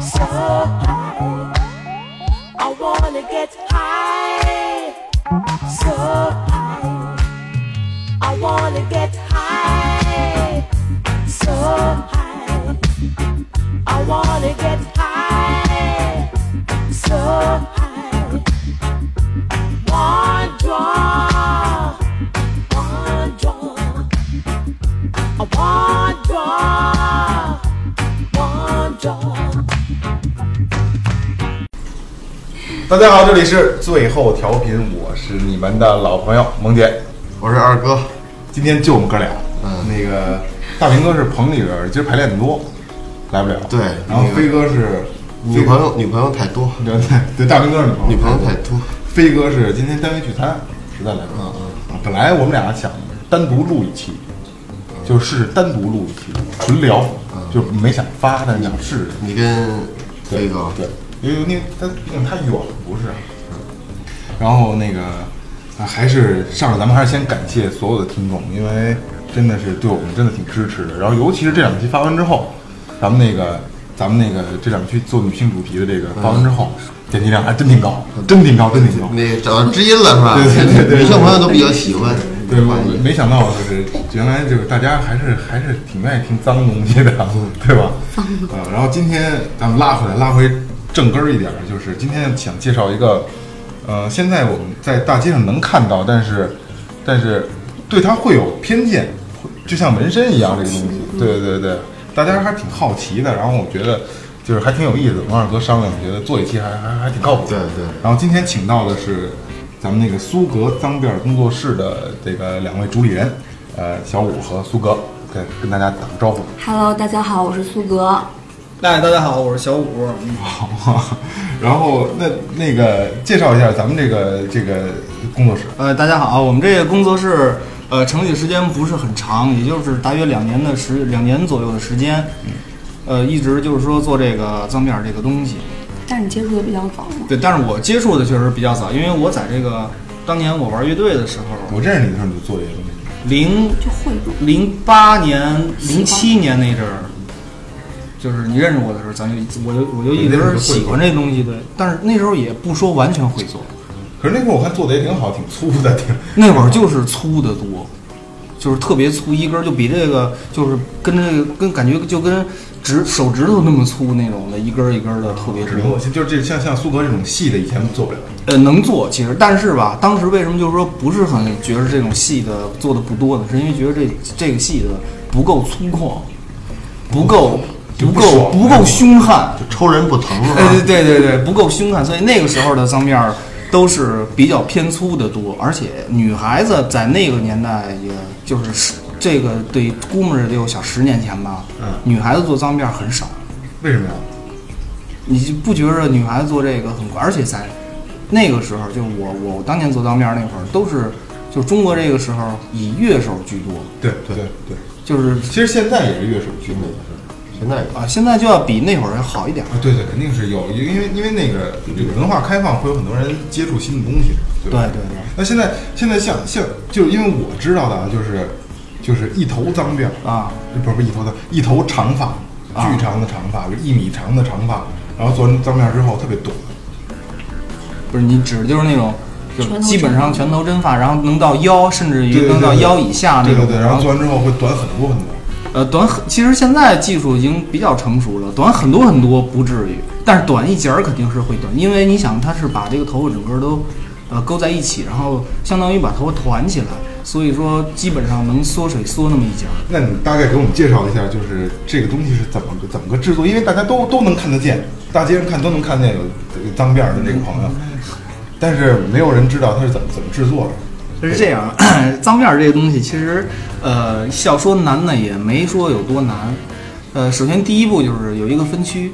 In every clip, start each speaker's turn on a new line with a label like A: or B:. A: so high. I wanna get high, so high. I wanna get high, so high. I wanna get high, so high. One draw, one draw. I wonder, wonder.
B: 大家好，这里是最后调频，我是你们的老朋友萌姐，
C: 我是二哥，
B: 今天就我们哥俩。嗯，那个大明哥是棚里边儿，今儿排练很多，来不了。
C: 对
B: 然后
C: 那个
B: 飞哥是
C: 女朋，友女朋友太多，
B: 对对，大明哥是女朋友，
C: 女朋友太多，
B: 飞哥是今天单位聚餐，实在来不了。
C: 嗯
B: 啊本来我们俩想单独录一期，就是试试单独录一期，纯聊，
C: 嗯
B: 就没想发，但是想试试。
C: 你跟
B: 对
C: 飞哥
B: 对，因为因为他毕竟太远了，不是。啊然后那个啊，还是上来咱们还是先感谢所有的听众，因为真的是对我们真的挺支持的。然后尤其是这两期发完之后，咱们那个咱们那个这两期做女性主题的这个发完之后，点击量还真挺高，真挺高，真挺高。
C: 那找到知音了是吧？
B: 对对对对对
C: 女性朋友都比较喜欢，
B: 对，我我没想到就是原来就是大家还是还是挺愿意听脏东西的， 对吧？呃，然后今天咱们拉回来，拉回正根儿一点儿，就是今天想介绍一个，呃，现在我们在大街上能看到，但是但是对它会有偏见，会就像纹身一样这个东西，对对对，大家还挺好奇的。然后我觉得就是还挺有意思，王二哥商量，我觉得做一期还还还挺靠谱。
C: 对对
B: 然后今天请到的是咱们那个苏格脏辫儿工作室的这个两位主理人，呃，小五和苏格，跟跟大家打个招呼。
D: Hello，大家好，我是苏格。
E: 哎，大家好，我是小五。嗯
B: 好，然后那那个介绍一下咱们这个这个工作室，
E: 呃，大家好，我们这个工作室呃成立时间不是很长，也就是大约两年的时两年左右的时间。呃，一直就是说做这个脏辫儿这个东西。
D: 但是你接触的比较早嘛？
E: 对，但是我接触的确实比较早，因为我在这个当年我玩乐队的时候，
B: 我认识你的时候你就做这些东西。
E: 零
D: 就会吧。
E: 零八年、零七年那阵儿，就是你认识我的时候，咱就我就我就一
B: 对那时候
E: 直
B: 会
E: 喜欢这东西，对。但是那时候也不说完全会做，
B: 可是那会儿我看做的也挺好，挺粗的，挺
E: 那会儿就是粗的多，就是特别粗，一根儿就比这个就是跟这个跟感觉就跟指手指头那么粗那种的，一根儿一根儿的特别
B: 只能
E: 多
B: 我。就是这像像苏格这种细的以前做不了。
E: 呃，能做其实，但是吧，当时为什么就是说不是很觉得这种细的做的不多呢？是因为觉得这这个细的不够粗犷，不够
B: 就不
E: 不够
B: 爽
E: 不够凶悍。
C: 抽人不啊疼 是吧？
E: 呃，对对对，不够凶悍，所以那个时候的脏辫儿都是比较偏粗的多，而且女孩子在那个年代，也就是十这个对，估摸着得有小十年前吧，
B: 嗯
E: 女孩子做脏辫儿很少，
B: 为什么呀？
E: 你就不觉着女孩子做这个很贵？而且在那个时候，就我我当年做脏辫儿那会儿，都是就中国这个时候以乐手居多，
B: 对对对对，
E: 就是
B: 其实现在也是乐手居多的。
C: 现在
E: 啊，现在就要比那会儿要好一点儿。
B: 啊，对对，肯定是有，因为因为因为那个文化开放，会有很多人接触新的东西，对吧？
E: 对对对
B: 那现在现在像像就是因为我知道的啊，就是就是一头脏辫儿
E: 啊，
B: 不是不是一头的，一头长发，
E: 啊
B: 巨长的长发，就一米长的长发，然后做完脏辫儿之后特别短，
E: 不是你指的就是那种，就
D: 全头
E: 基本上全头真发，然后能到腰，甚至
B: 对
E: 于
B: 对
E: 能到
B: 对
E: 腰以下那
B: 对
E: 种。啊
B: 对对，然后做完之后会短很多很多。
E: 呃短很，其实现在技术已经比较成熟了，短很多很多不至于，但是短一截儿肯定是会短，因为你想它是把这个头发整个都呃勾在一起，然后相当于把头发团起来，所以说基本上能缩水缩那么一截儿。
B: 那你大概给我们介绍一下，就是这个东西是怎么个怎么个制作？因为大家都都能看得见，大街上看都能看见有有脏辫儿的这个朋友，但是没有人知道它是怎么怎么制作的。
E: 是这样，脏辫儿这个东西其实，呃，要说难呢，也没说有多难。呃，首先第一步就是有一个分区，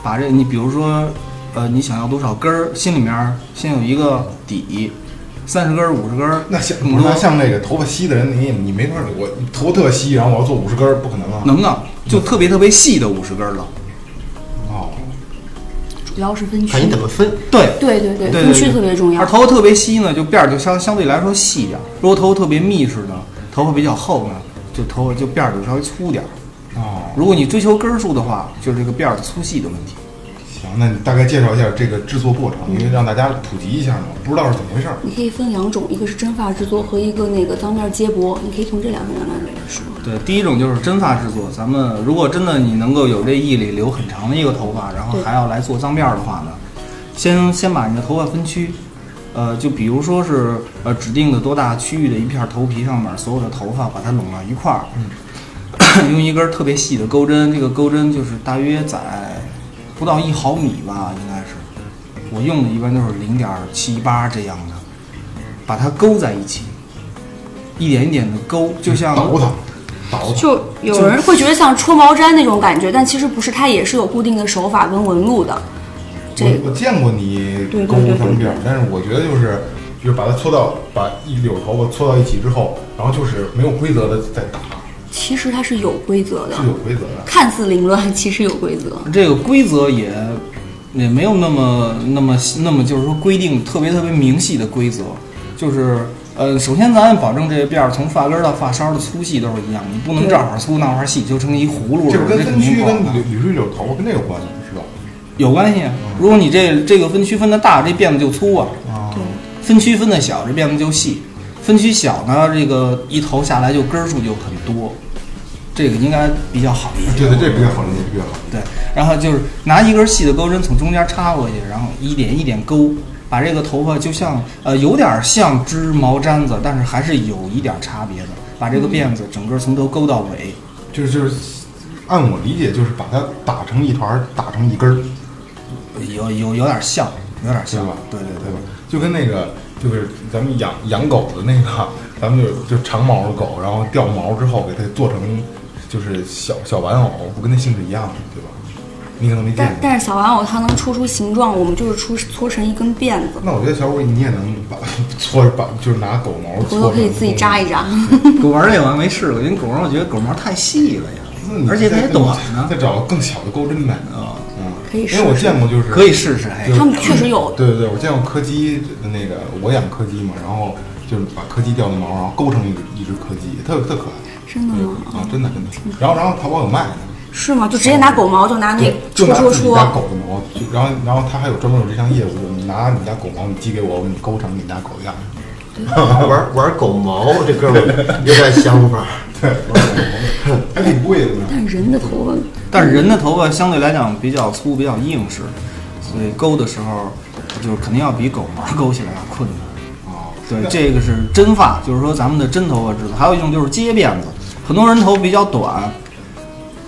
E: 把这你比如说，呃，你想要多少根儿，心里面儿先有一个底，三十根儿、五十根儿，
B: 那像
E: 更
B: 不是
E: 多
B: 那像那个头发稀的人，你你没法，我头发特稀，然后我要做五十根儿，不可能啊。
E: 能啊，就特别特别细的五十根儿了。
B: 哦，
D: 主要是分区
C: 看。你怎么 分。
E: 对，
D: 对对对，
E: 对
D: 分区特别重要
E: 而。头发特别稀呢，就辫儿就相相对来说细点儿；如果头发特别密实呢，头发比较厚呢，就头发就辫儿就稍微粗点儿。
B: 哦，
E: 如果你追求根儿数的话，就是这个辫儿粗细的问题。
B: 行，那你大概介绍一下这个制作过程，因为让大家普及一下嘛，不知道是怎么回事儿。
D: 你可以分两种，一个是真发制作和一个那个脏面接驳，你可以从这两种来来说。
E: 对，第一种就是真发制作。咱们如果真的你能够有这毅力，留很长的一个头发，然后还要来做脏辫儿的话呢，先先把你的头发分区，呃，就比如说是呃指定的多大区域的一片头皮上面所有的头发，把它拢到一块儿， 用一根特别细的钩针，这个钩针就是大约在不到一毫米吧，应该是，我用的一般都是零点七八这样的，把它勾在一起，一点一点的勾，就像
B: 倒腾，倒腾，
D: 就有人会觉得像戳毛毡那种感觉，但其实不是，它也是有固定的手法跟纹路的。这
B: 我我见过你
D: 对对
B: 勾
D: 对对
B: 成辫儿，但是我觉得就是就是把它搓到，把一绺头发搓到一起之后，然后就是没有规则的在打，
D: 其实它是有规则的
B: 是，有规则的。
D: 看似凌乱，其实有规则。
E: 这个规则也也没有那么那么那么就是说规定特别特别明细的规则，就是呃，首先咱们保证这个辫儿从发根儿到发梢的粗细都是一样，你不能这儿粗那儿细就成一葫芦
B: 这
E: 了
B: 个，跟
E: 肯
B: 分
E: 定
B: 区
E: 不好
B: 跟
E: 看
B: 捋捋出一绺头发跟这有关系是吧？
E: 有关系啊。如果你这这个分区分的大，这辫子就粗啊；
B: 啊，
E: 分区分的小，这辫子就细。分区小呢，这个一头下来就根儿数就很多，这个应该比较好一些。
B: 对对，这比较好理解，比较好。
E: 对，然后就是拿一根细的钩针从中间插过去，然后一点一点勾，把这个头发就像呃有点像织毛毡子，但是还是有一点差别的，把这个辫子整个从头勾到尾。
B: 就是就是，按我理解就是把它打成一团儿，打成一根儿，
E: 有有有点像，有点
B: 是
E: 像
B: 吧？
E: 对对
B: 对吧
E: 对，？
B: 就跟那个就是咱们养养狗的那个， 咱们就就长毛的狗，然后掉毛之后给它做成就是小小玩偶，不跟那性质一样吗，对吧？你可能没见
D: 但
B: 过。
D: 但是小玩偶它能戳出形状，我们就是戳搓成一根辫子，
B: 那我觉得小五你也能把 搓把，就是拿狗毛
D: 回
B: 搓
D: 头
B: 成。
D: 可以自己扎一扎。
E: 狗毛这我还没试过，因为狗毛我觉得狗毛太细了
B: 那
E: 呀
B: 你，
E: 而且它也
B: 再
E: 短呢
B: 再。找更小的钩针呗。
E: 啊，
B: 嗯，
D: 可以试
B: 因为我见过就是
E: 可以试试，哎
B: 对，
D: 他们确实有
B: 对对对，我见过柯基，那个我养柯基嘛，然后就是把柯基掉的毛，然后勾成一只一只柯基，特特可爱。
D: 真的吗？嗯
B: 啊，真的真的。然后然后淘宝有卖的，
D: 是吗？就直接拿狗哎毛，就拿那
B: 对，就
D: 戳
B: 拿
D: 戳
B: 自己家狗
D: 戳。
B: 的毛，就然后然后他还有专门有这项业务，你拿你家狗毛，你寄给我，我给你勾成你家狗的样子。
C: 玩玩狗毛，这哥们儿有点想法。
B: 对，还挺贵的呢。
D: 但人的头发
E: 但是人的头发相对来讲比较粗，比较硬实，所以勾的时候就是肯定要比狗毛勾起来要困难。
B: 啊，
E: 对，这个是真发，就是说咱们的真头发制作。还有一种就是接辫子，很多人头比较短，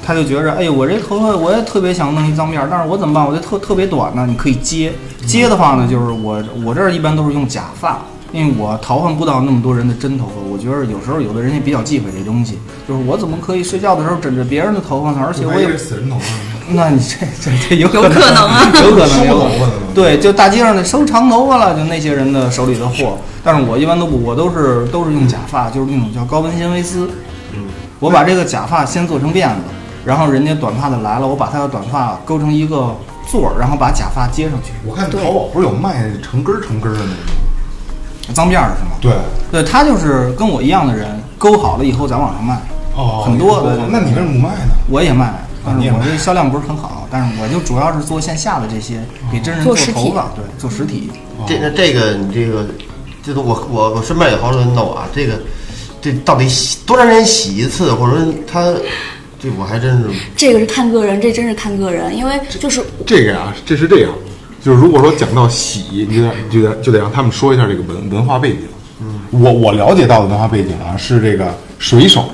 E: 他就觉着，哎，我这头发我也特别想弄一脏辫儿，但是我怎么办？我这特特别短呢？你可以接，接的话呢，就是我我这儿一般都是用假发，因为我淘换不到那么多人的真头发。我觉得有时候有的人也比较忌讳这东西，就是我怎么可以睡觉的时候枕着别人的头发呢？而且我
B: 万一
E: 也
B: 是死人头呢？
E: 那你这这这有
D: 有可能啊
E: 有可能有可
B: 收头发的吗
E: 能。对，就大街上的收长头发了，就那些人的手里的货。但是我一般都不，我都是都是用假发，就是那种叫高温纤维丝。嗯，我把这个假发先做成辫子，然后人家短发的来了，我把他的短发勾成一个座儿，然后把假发接上去，
B: 我看淘宝不是有卖成根儿成根儿的那种？
E: 脏辫儿是吗？
B: 对，
E: 对，他就是跟我一样的人，勾好了以后在网上卖。
B: 哦，
E: 很多
B: 对对对那你为什么不卖呢？
E: 我啊也卖，但
B: 你也
E: 是
B: 卖
E: 我这销量不是很好，但是我就主要是做线下的这些，给真人
D: 做
E: 做
D: 实体
E: 头发，对，做实体。嗯
C: 这那这个你这个，这都我我我身边有好多人闹啊，这个这到底洗多长时间洗一次，或者说他这我还真是
D: 这个是看个人，这真是看个人，因为就是
B: 这个呀，这是这样，就是如果说讲到洗，你就得就得就得让他们说一下这个文文化背景。嗯，我我了解到的文化背景啊，是这个水手，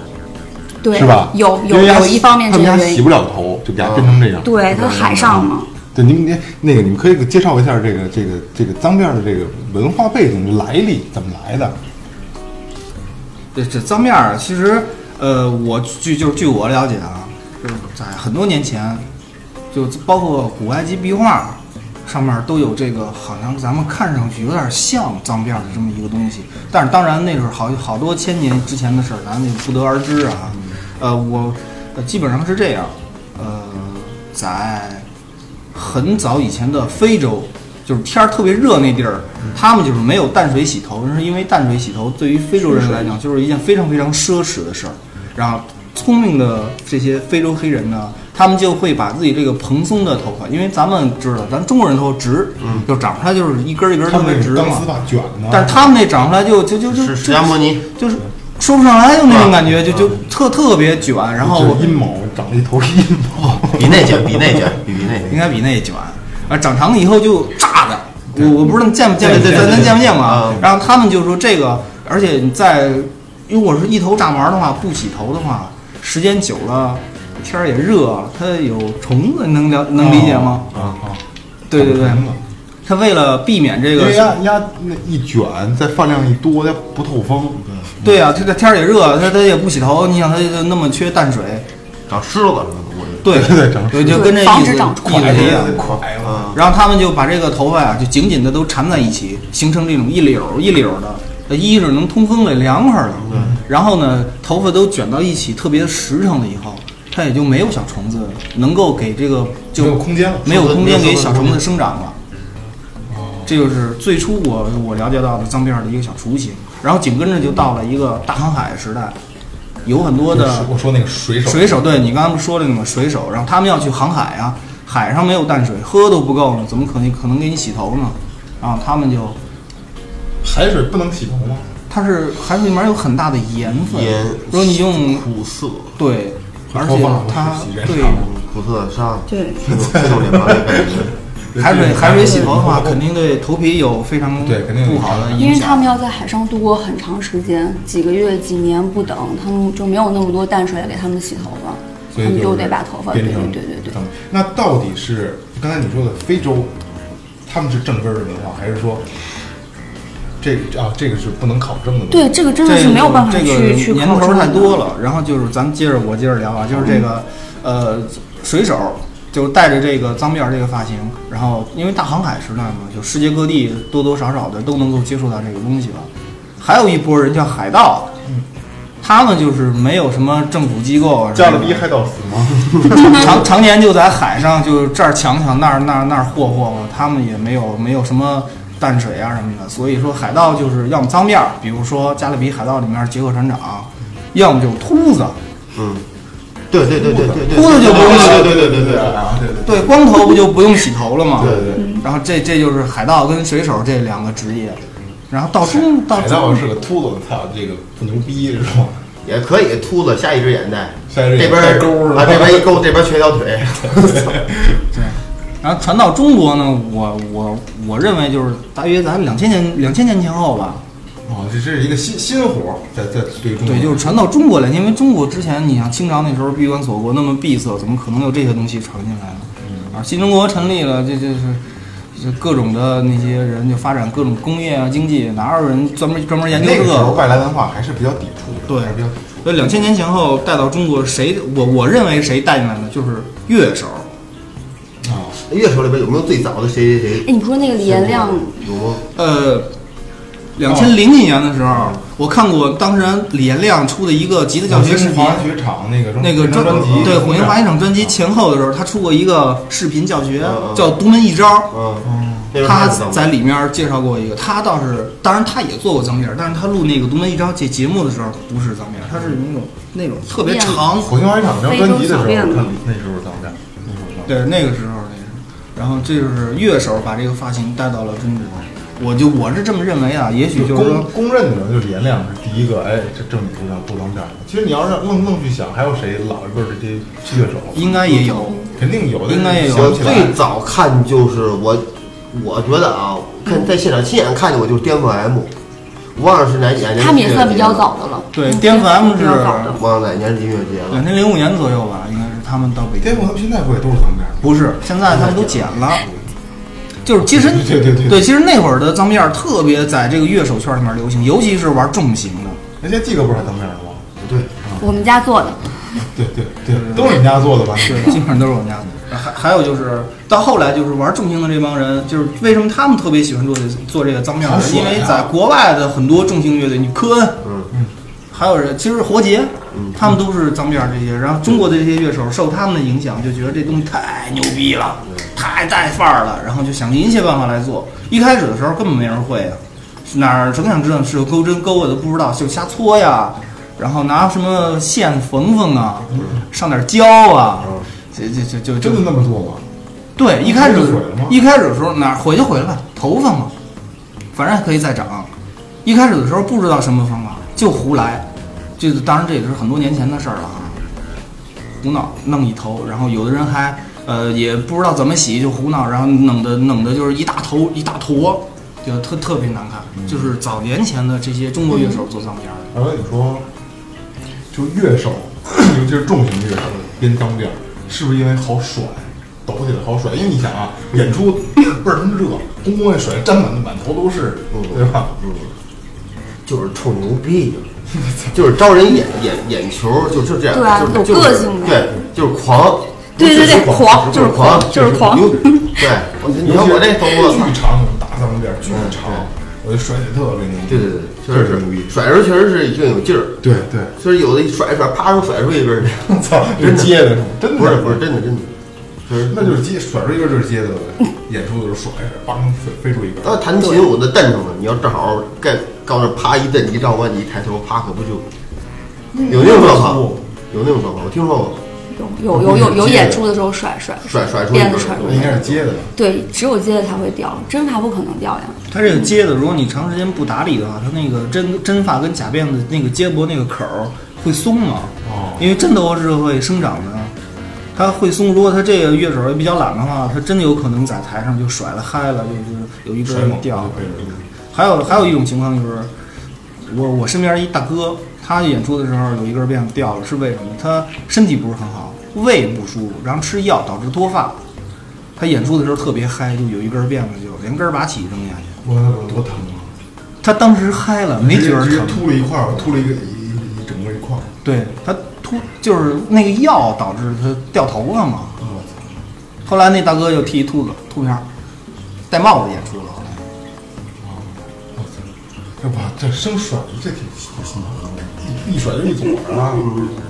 D: 对
B: 是吧？
D: 有
B: 因
D: 有
B: 为人家
D: 有一方面
B: 他
D: 这
B: 们
D: 个
B: 家
D: 原
B: 洗不
D: 因，
B: 了头，就给他变成这样。嗯
D: 对，它海上嘛，
B: 对，您您那个，你们可以给介绍一下这个这个这个脏辫儿的这个文化背景来历怎么来的？
E: 对，这脏面儿其实，呃，我据就是据我了解啊，就是在很多年前，就包括古埃及壁画上面都有这个，好像咱们看上去有点像脏辫儿的这么一个东西。但是当然那是好好多千年之前的事儿，咱们就不得而知啊。呃，我呃基本上是这样，呃，在很早以前的非洲，就是天儿特别热那地儿，他们就是没有淡水洗头，是因为淡水洗头对于非洲人来讲就是一件非常非常奢侈的事儿。然后聪明的这些非洲黑人呢，他们就会把自己这个蓬松的头发，因为咱们知道，咱中国人头直，就长出来就是一根儿一根儿
B: 他
E: 特
B: 们
E: 别
B: 那
E: 直
B: 种
E: 嘛
B: 钢丝。发卷呢，
E: 但是他们那长出来就就就就是
C: 释
E: 就
C: 迦摩尼，
E: 就是说不上来，就那种感觉，
C: 嗯
E: 就就特特别卷。然后哦
B: 就是阴毛长了一头阴毛，
C: 比那 卷，比那卷，比比那卷
E: 应。该比那卷，啊，长长了以后就炸的。我我不知道你见没见过，
C: 对对
E: 咱咱
C: 对
E: 见没见过
C: 啊
E: 啊？嗯然后他们就说这个，而且你在如果是一头炸毛的话，不洗头的话，时间久了，天儿也热了，它有虫子，你能了能理解吗？
B: 啊啊，
E: 对对对
B: 长，了
E: 它哦为啊了避免这
B: 因
E: 个
B: 为，压压那一卷，再饭量一多，它不透风，
E: 对啊，它它天儿也热，它它也不洗头，你想它就那么缺淡水，
C: 长湿了吧？我
E: 对
B: 对对长
E: 对，就
D: 对
E: 跟这
D: 防
E: 意思
D: 止
E: 意
D: 长虫
E: 思一样。
B: 嗯
E: 啊
B: 快了，
E: 然后他们就把这个头发呀、就紧紧的都缠在一起，形成这种一绺儿一绺儿的。呃一是能通风的，凉快儿的。然后呢，头发都卷到一起，特别实诚了以后，它也就没有小虫子能够给这个就
B: 没有空间了
E: 没有空间
C: 没有
E: 给
C: 空间
E: 小虫子生长了。这就是最初我我了解到的脏辫儿的一个小雏形。然后紧跟着就到了一个大航海时代，有很多
B: 我
E: 的
B: 我说那个水手，
E: 嗯水手，对你刚刚不说了那个水手，然后他们要去航海啊，海上没有淡水，喝都不够呢，怎么可能可能给你洗头呢？然后他们就，
B: 海水不能洗头吗？
E: 它是海水里面有很大的盐分，
C: 盐
E: 如果你用
C: 苦涩，
E: 对，
B: 和
E: 而
B: 头
E: 且
B: 发
E: 它
B: 洗染
E: 对
B: 差不多
C: 苦涩沙，
D: 对
C: 这种这种脸庞的感觉。
E: 海水海水洗头的话，肯定对头皮有非常
B: 对肯定有
E: 不好的
D: 因
E: 影
D: 为他
E: 响。
D: 们要在海上度过很长时间，几个月、几年不等，他们就没有那么多淡水给他们洗头发，
B: 所
D: 他
B: 以
D: 们
B: 就
D: 就是得把头发，对
B: 变
D: 对
B: 成
D: 对对对
B: 嗯。那到底是刚才你说的非洲，他们是正根儿的文化，还是说这个啊这个是不能考证的东西？
D: 对，这个真的是没有办法
E: 这
D: 去、
E: 个
D: 去
E: 年
D: 考
E: 头
D: 证
E: 太
D: 的
E: 多了。然后就是咱们接着我接着聊啊，就是这个、呃水手就带着这个脏辫儿这个发型，然后因为大航海时代嘛，就世界各地多多少少的都能够接触到这个东西了。还有一波人叫海盗，
B: 嗯
E: 他们就是没有什么政府机构啊什
B: 加
E: 么的，
B: 勒比海盗死吗？
E: 常常年就在海上，就这儿抢抢那儿那儿那儿霍霍霍，他们也没有没有什么淡水啊什么的，所以说海盗就是要么脏辫儿，比如说《加勒比海盗》里面杰克船长，要么就是秃子，
C: 嗯，对对对对对对，
E: 秃子就不用洗
C: 对对对对对对。
B: 啊，对对
E: 对，光头不就不用洗头了吗？
B: 对对对，
E: 然后这这就是海盗跟水手这两个职业，然后到中
D: 哦
E: 到
B: 海盗是个秃子，操，这个不牛逼是吧？
C: 也可以，秃子下一只眼袋，
B: 下一只眼
C: 这边
B: 带钩儿
C: 啊，
B: 的
C: 这边一勾，这边瘸条腿，
E: 对，然后传到中国呢，我我我认为就是大约咱两千年两千年前后吧，
B: 哦，这是一个新新活儿，在在对中国
E: 对，就是传到中国来，因为中国之前，你像清朝那时候闭关锁国那么闭塞，怎么可能有这些东西传进来呢？啊，新中国成立了，这就是就各种的那些人就发展各种工业啊、经济，哪有人专门专门研究
B: 那
E: 这
B: 个时候
E: 个？
B: 外来文化还是比较抵触的，
E: 对
B: 还是比较抵触
E: 所以两千年前后带到中国，谁我我认为谁带进来的就是乐手，
B: 的啊。
C: 乐手里边有没有最早的谁谁
D: 哎，
C: 谁？
D: 你不说那个李延亮，
C: 有吗？
E: 呃，两千零几年的时候，我看过当时李延亮出的一个吉他教学视频，
B: 滑雪场那个
E: 那个
B: 专辑，
E: 对《火焰华一场》专辑前后的时候，他出过一个视频教
B: 嗯
E: 学，叫《独门一招
C: 嗯，那》，边
E: 他
C: 是早
E: 在里面介绍过一个，他倒是，当然他也做过脏辫儿，但是他录那个《独门一招》这节目的时候不是脏辫儿，他是那种那种特别长，
B: 火星华一场那张专辑的时候，
D: 非洲小
B: 看
D: 辫子
B: 那时候咱们俩，那时候咱们俩
E: 对那个时候那是，然后这就是乐手把这个发型带到了中国，我就我是这么认为啊，也许就是
B: 公
E: 说。
B: 公认的就是颜亮是第一个，哎，这正经不像不装辫儿的。其实你要让愣愣去想，还有谁老一辈儿这些乐手，
E: 应该也有，
B: 肯定有的，
E: 应该也有
B: 想
C: 我
B: 不起来哎
C: 最早看就是我，我觉得啊，看在现场亲眼看见我就是巅峰 M，我忘了是哪哪年。
D: 他们也算比较早的了。
E: 对
D: 嗯
E: 巅峰 M
D: 比较早的
E: 是
C: 忘了哪年是音乐节了
E: 两。千零五年左右吧，应该是他们到北京
B: 巅。峰现在不也都是脏辫儿吗？
E: 不是，现在他们都剪了。就是其实
B: 对对对对
E: 其实那会儿的脏辫儿特别在这个乐手圈里面流行，尤其是玩重型的。
B: 人家季哥不是还脏辫儿的吗？
C: 对，
D: 我们家做的，
B: 对对对，都是你家做的吧？
E: 对，基本上都是我们家的。还还有就是到后来就是玩重型的这帮人，就是为什么他们特别喜欢做这做这个脏辫儿
B: 好
E: 呢，
B: 爽
E: 因
B: 呀
E: 为在国外的很多重型乐队，你科恩，
C: 嗯
E: 还有人其实活结，他们都是脏辫儿这些。然后中国的这些乐手受他们的影响，就觉得这东西太牛逼了，太带范儿了，然后就想尽一切办法来做。一开始的时候根本没人会啊，哪儿整想知道是钩针钩啊都不知道，就瞎搓呀，然后拿什么线缝缝啊，上点胶啊，就就就就
B: 真的那么做吗？
E: 对，一开始
B: 那就毁了吗
E: 一开始的时候哪儿毁就毁了吧，头发嘛，反正还可以再长。一开始的时候不知道什么方法，就胡来，这当然这也是很多年前的事儿了啊。胡闹弄一头，然后有的人还呃也不知道怎么洗就胡闹，然后弄得弄得就是一大头一大坨，就特特别难看。
B: 嗯
E: 就是早年前的这些中国乐手做脏辫儿的，
B: 然后你说，就乐手，尤其是重型乐手编脏辫儿，是不是因为好甩，抖起来好甩？因为你想啊，演出倍儿他妈热，咣咣一甩，粘满的满头都是，
C: 嗯
B: 对吧？
D: 嗯
C: 就是臭牛逼，就是招人眼眼眼球，就就这样，
D: 对啊
C: 就是
D: 有
C: 就是
D: 个性呗
C: 对，就是狂，
D: 对对对狂
C: 就是
D: 就是狂
C: 牛对，我你
B: 尤
C: 看
B: 其
C: 我这头发
B: 巨，长，大脏辫儿巨长
C: 嗯，
B: 我就甩起来特别牛逼。
C: 对对对，确
B: 确实
C: 实
B: 牛逼
C: 是。甩的时候确实是更有劲儿，
B: 对对，
C: 所以有的一甩一甩，啪就甩出一根儿去，
B: 我操，这接的是吗？真的
C: 不是不是真的真的，确实
B: 那就是接甩出一根就是接的，演出的时候甩一下，梆飞飞出一根。
C: 要啊弹琴我都蹬出来，你要正好盖高那啪一蹬，一照我，你一抬头，啪可不就有那种状况，有那种状况，我听说过，
D: 有有有有有演出的时候甩甩
C: 甩甩出一
D: 辫
C: 根
D: 子
C: 儿嗯
D: 甩出
B: 那
D: 来
B: 应该是接的吧？
D: 对，只有接的才会掉，真发不可能掉呀。
E: 它这个接的，如果你长时间不打理的话，它那个真真发跟假辫子那个接驳那个口儿会松嘛。
B: 哦
E: 因为真头发是会生长的，它会松。如果它这个乐手比较懒的话，它真的有可能在台上就甩了嗨了，就是有一根
B: 甩
E: 儿
B: 猛
E: 掉了。
B: 飞出一根。
E: 还有还有一种情况就是，我我身边一大哥，他演出的时候有一根辫子掉了，是为什么？他身体不是很好，胃不舒服，然后吃药导致脱发。他演出的时候特别嗨，就有一根辫子就连根儿拔起扔下去。
B: 我操，多疼啊！
E: 他当时嗨了，没觉得
B: 直接
E: 疼。
B: 秃了一块儿，秃了一个一一一整个一块儿。
E: 对他秃，就是那个药导致他掉头发嘛。
B: 嗯
E: 后来那大哥又剃一秃子秃瓢儿，戴帽子演出了。后来
B: 我操！这把这生甩这挺挺一一甩就一左啊，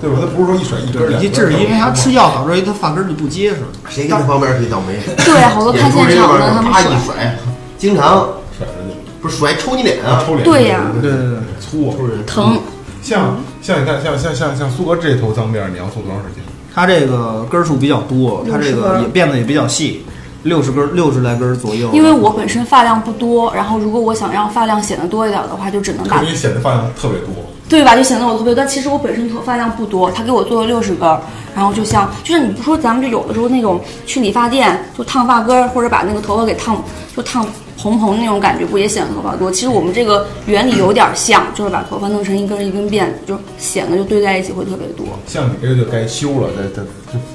B: 对吧？他不是说一甩一根儿两根儿。
E: 嗯对，这是因为他吃药导致他发根儿就不结实。
C: 谁跟他旁边谁倒霉？
D: 对，啊好多看
C: 演出
D: 现
C: 这
D: 场
C: 玩意
D: 的他
C: 儿
D: 们
C: 啪
D: 甩
C: 一甩，经常
B: 甩出去，
C: 不是甩抽你脸
B: 啊
C: 啊，
B: 抽脸。
D: 对呀
E: 对对对，
B: 粗啊！
C: 抽人。
D: 疼，
B: 像像你看，像像像像苏哥这头脏辫儿，你要做多长时间？
E: 他这个根儿数比较多，他这
D: 60根
E: 个
D: 儿
E: 也变得也比较细，六十根儿六十来根儿左右。
D: 因为我本身发量不多，然后如果我想让发量显得多一点的话，就只能
B: 可
D: 把
B: 是你显得发量特别多。
D: 对吧？就显得我特别，但其实我本身头发量不多，他给我做了六十根儿，然后就像，就是你不说咱们这有的时候那种去理发店就烫发根儿，或者把那个头发给烫，就烫蓬蓬那种感觉，不也显得头发多？其实我们这个原理有点像，就是把头发弄成一根一根辫，就显得就堆在一起会特别多。
B: 像你这个就该修了，再再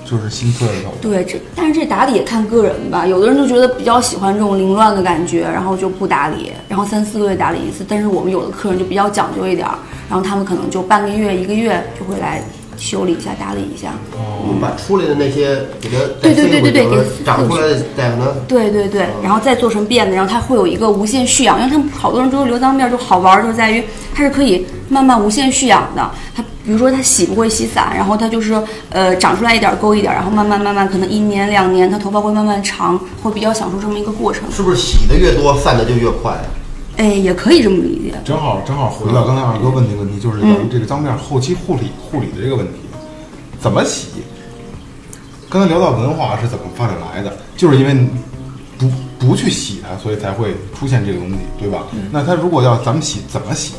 B: 就就是新科的头。
D: 对，这但是这打理也看个人吧，有的人就觉得比较喜欢这种凌乱的感觉，然后就不打理，然后三四个月打理一次。但是我们有的客人就比较讲究一点儿，然后他们可能就半个月、一个月就会来修理一下、打理一下。
C: 我们嗯把出来的那些给它
D: 对对对对对
C: 再塞回去
D: 给它
C: 长出来的再可能
D: 对对对，然后再做成辫子，然后它会有一个无限蓄养，因为他们好多人都说留脏辫儿就好玩，儿，就在于它是可以慢慢无限蓄养的。它比如说它洗不会洗散，然后它就是呃长出来一点儿勾一点儿，然后慢慢慢慢可能一年两年，它头发会慢慢长，会比较享受这么一个过程。
C: 是不是洗的越多，散的就越快？啊
D: 哎，也可以这么理解。
B: 正好正好回嗯到刚才二哥问那个问题，就是咱们这个脏辫儿后期护理护理的这个问题，怎么洗？刚才聊到文化是怎么发展来的，就是因为不不去洗它，所以才会出现这个东西，对吧？那它如果要咱们洗，怎么洗？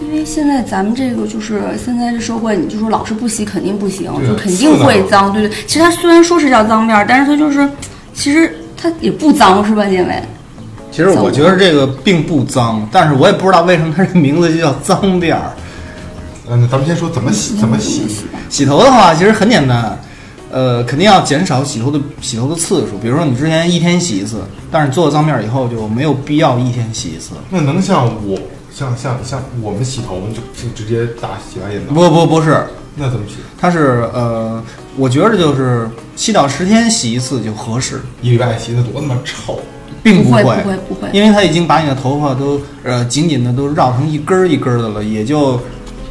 D: 因为现在咱们这个就是现在这社会，你就说老是不洗肯定不行，
B: 对
D: 就肯定会脏，对对。其实它虽然说是叫脏辫儿，但是它就是，其实它也不脏，是吧，姐妹？
E: 其实我觉得这个并不脏，但是我也不知道为什么它这名字就叫脏辫儿。
B: 嗯，那咱们先说怎么 洗，怎么洗？
E: 洗头的话，其实很简单，呃，肯定要减少洗头的洗头的次数。比如说你之前一天洗一次，但是做了脏辫儿以后就没有必要一天洗一次。
B: 那能像我像像像我们洗头就就直接打洗完也能？
E: 不不不是，
B: 那怎么洗？
E: 它是呃，我觉得就是七到十天洗一次就合适，
B: 一礼拜洗的多他妈臭！
E: 并
D: 嗯不
E: 会
D: 会不会不会
E: 因为它已经把你的头发都呃紧紧的都绕成一根儿一根儿的了，也就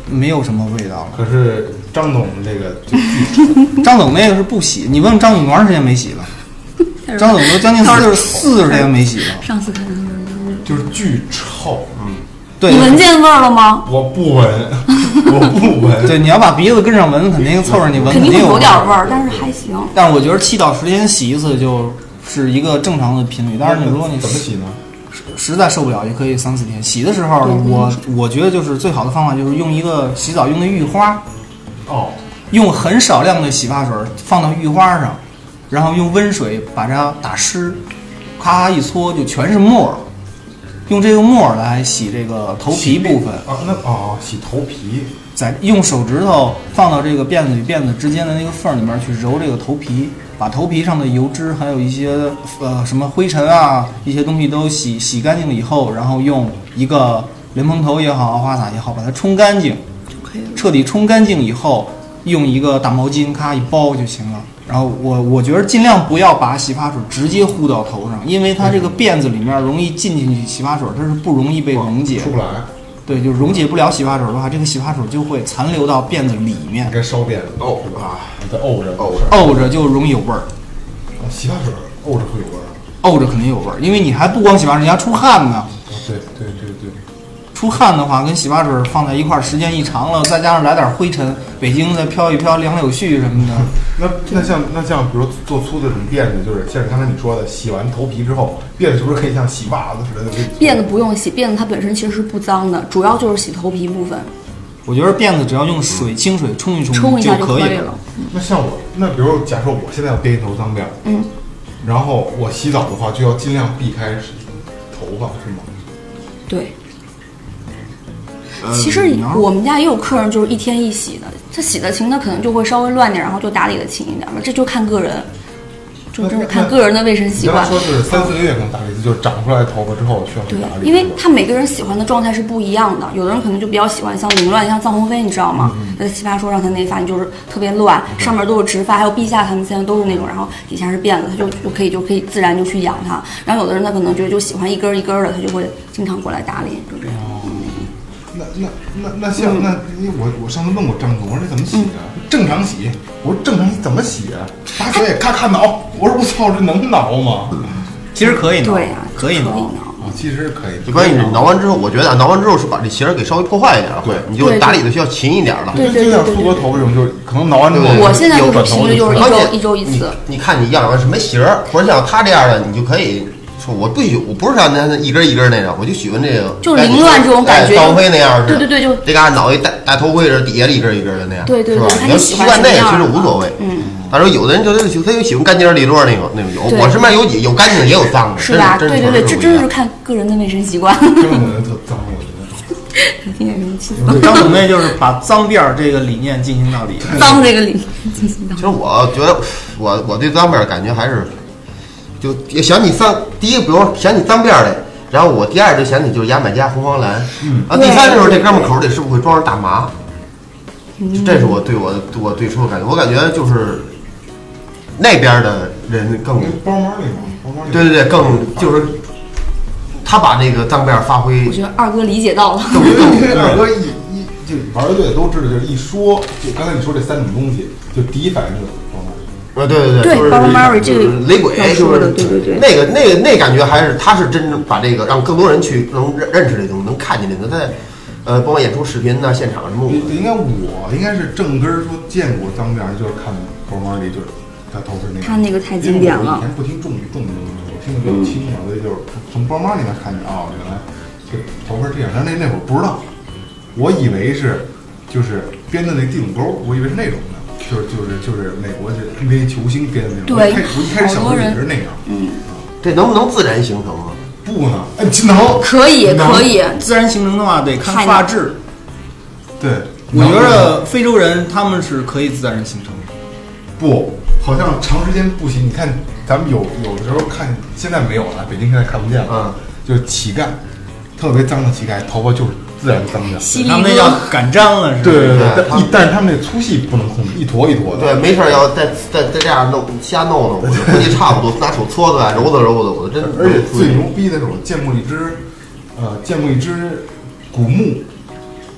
E: 没有什么味道了。
B: 可是张总这个就
E: 张总那个是不洗，你问问张总多长时间没 洗了？张总都将近四十四十天没洗了。
D: 上次看的
B: 就是巨臭，嗯，
E: 对
D: 你闻见味儿了吗？
B: 我不闻， 我不 闻。
E: 对，你要把鼻子跟上闻，肯定凑上你 闻，
D: 肯定会
E: 定
D: 有
E: 有
D: 点味儿，但是还行。
E: 但是我觉得七到十天洗一次就是一个正常的频率。但是你如果你
B: 怎么洗呢？
E: 实在受不了，也可以三四天洗的时候，我我觉得就是最好的方法就是用一个洗澡用的浴花，
B: 哦，
E: 用很少量的洗发水放到浴花上，然后用温水把它打湿，咔一搓就全是沫儿，用这个沫儿来洗这个头皮部分，
B: 啊，那哦，洗头皮，
E: 再用手指头放到这个辫子与辫子之间的那个缝儿里面去揉这个头皮，把头皮上的油脂还有一些呃什么灰尘啊一些东西都洗洗干净了以后，然后用一个莲蓬头也好，花洒也好，把它冲干净，彻底冲干净以后，用一个大毛巾咔一包就行了。然后我我觉得尽量不要把洗发水直接呼到头上，因为它这个辫子里面容易进进去洗发水，它是不容易被溶解的
B: 出不来，
E: 对，就溶解不了洗发水的话，这个洗发水就会残留到辫子里面
B: 你，该烧辫子
C: 哦啊，
B: 你再沤着
C: 沤着
B: 着，
E: 沤着就容易有味儿，
B: 哦洗发水沤着会有味儿。
E: 沤着肯定有味儿，因为你还不光洗发水，你还出汗呢。
B: 啊对对对对，
E: 出汗的话，跟洗发水放在一块儿时间一长了，再加上来点灰尘，北京再飘一飘杨柳絮什么的，
B: 那那像那像比如做粗的这种辫子，就是像是刚才你说的，洗完头皮之后，辫子是不是可以像洗袜子似的？可以
D: 辫子不用洗，辫子它本身其实是不脏的，主要就是洗头皮部分，
E: 我觉得辫子只要用水清水冲一
D: 冲一
E: 就
D: 下就
E: 可
D: 可以
E: 了
D: 了。。
B: 那像我，那比如假设我现在要编一头脏辫，
D: 嗯，
B: 然后我洗澡的话就要尽量避开头发，是吗？
D: 对，
E: 呃
D: 其实
E: 你要是
D: 我们家也有客人就是一天一洗的，他洗的勤，他可能就会稍微乱点，然后就打理的勤一点吧，这就看个人，就真是看个人的卫生
B: 你
D: 习
B: 刚
D: 惯
B: 才。说是三四个月可能打理一次，就是长出来头发之后需要去
D: 对
B: 打，理，
D: 因为
B: 是吧
D: 他每个人喜欢的状态是不一样的，有的人可能就比较喜欢像凌乱，像臧鸿飞，你知道吗？
B: 嗯
D: 他在奇葩说上他那发，你就是特别乱，上面都是直发，还有陛下他们现在都是那种，然后底下是辫子，他就就可以就可以自然就去养它。然后有的人他可能就就喜欢一根儿一根儿的，他就会经常过来打理，就这样。
B: 那那那那
D: 嗯
B: 像那，因为我我上次问过张总，我说这怎么洗啊？正常洗，我说正常洗怎么洗啊？把水咔咔挠，我说我操，这能挠吗？
E: 其实
B: 哎
E: 可以挠，
D: 对呀、
E: 可以
D: 可以
E: 挠。
D: 挠。
B: 啊，其实可以，
C: 就关键你挠完之后，我觉得啊，挠完之后是把这鞋儿给稍微破坏一点儿，
B: 对
C: 你就打理的需要勤一点儿了。
D: 对
B: 就像苏格头发这种，就是可能挠完之后，
C: 对
D: 我现在
B: 有
D: 就是
B: 短头
D: 频率
B: 就
D: 就是一
C: 关
D: 周
C: 键
D: 一周一次。
C: 你你看你要两什么型儿，或者像他这样的，你就可以说我不喜，我不是像那一根一根那种，我就喜欢这个，
D: 就凌乱这种感觉
C: 张飞那样似的，
D: 对对对就
C: 这嘎脑袋戴戴头盔似的，底下一根一根的那样，
D: 对对
C: 是吧
D: 对？看
C: 你要
D: 你喜
C: 习
D: 欢
C: 惯那
D: 什
C: 个
D: 么
C: 其
D: 样
C: 实
D: 的
C: 无所谓，
D: 嗯。
C: 他说有的人就他就他就喜欢干净利落那种那种有，
D: 对
C: 我身边有有干净的也有脏的，
D: 是吧？
C: 真
D: 对
C: 真
D: 对对，这
C: 不一
D: 真
C: 样
D: 是看个人的卫生习惯。
B: 真 的特脏，我觉得。
D: 听见生气，
E: 张总妹就是把脏辫儿这个理念进行到底。
D: 脏这个理进行到
C: 其实我觉得我我对脏辫儿感觉还是，就也想起脏，第一个比如想起脏辫儿来，然后我第二就想起就是牙买加红黄蓝，嗯，啊，第三就是这哥们儿口里是不是会装着大麻？就这是我对我对我对车的感觉，我感觉就是那边儿的人更，
B: 那包包里嘛，包包里。
C: 对对对，更就是他把那个脏辫儿发挥
D: 我觉得二哥理解到了，
C: 更
B: 因
C: 更
B: 为二哥一一就玩乐队的都知道，就是一说，就刚才你说这三种东西，就第一反应就是包包里。
C: 啊，对对
D: 对
C: 就是
D: Barbara Murray
C: 就
D: 这
C: 是
D: 个
C: 雷鬼，
D: 要
C: 就
D: 说
C: 是
D: 的对对对
C: 那个那个那感觉还是他是真正把这个让更多人去能认认识这东西，能看见这个，他在呃，包括演出视频呐、现场什么，
B: 应该我应该是正根儿说见过脏辫儿，就是看包包里就是他头是那个。
D: 他那个太经典
B: 因为我以
D: 了
B: 前。不听重重的东西，我听的比较轻
E: 嗯
B: 嘛，所以就是从包包里面看见哦，原来这头发是这样。但是那那会儿不知道，我以为是就是编的那地垄沟，我以为是那种的，就是就是就是美国这 NBA 球星编的那种。我一
D: 对
B: 开我一开始小时候
D: 好多
B: 以
D: 人嗯
B: 为是那样，
C: 这能不能自然形成啊？
B: 不呢，哎，金能
D: 可以
E: 能
D: 可以，
E: 自然形成的话，得看
D: 看
E: 发质。
B: 对，
E: 我
B: 能
E: 觉得非洲人他们是可以自然形成的。
B: 不，好像长时间不行。你看，咱们有有的时候看，现在没有了，北京现在看不见
C: 嗯
B: 了。就是乞丐，特别脏的乞丐，头发就是自然脏的。
D: 犀利
E: 他们那叫
D: 哥，
E: 敢粘了，是吧？
B: 对对
C: 对
B: 对，
C: 他
B: 但一但是他们那粗细不能控制，一坨一坨的。
C: 对，没事儿要再再再这样弄瞎弄弄，我估计差不多，拿手搓搓啊，揉搓揉搓，我真
B: 而且最牛逼的是，我见过一只，呃，见过一只古牧，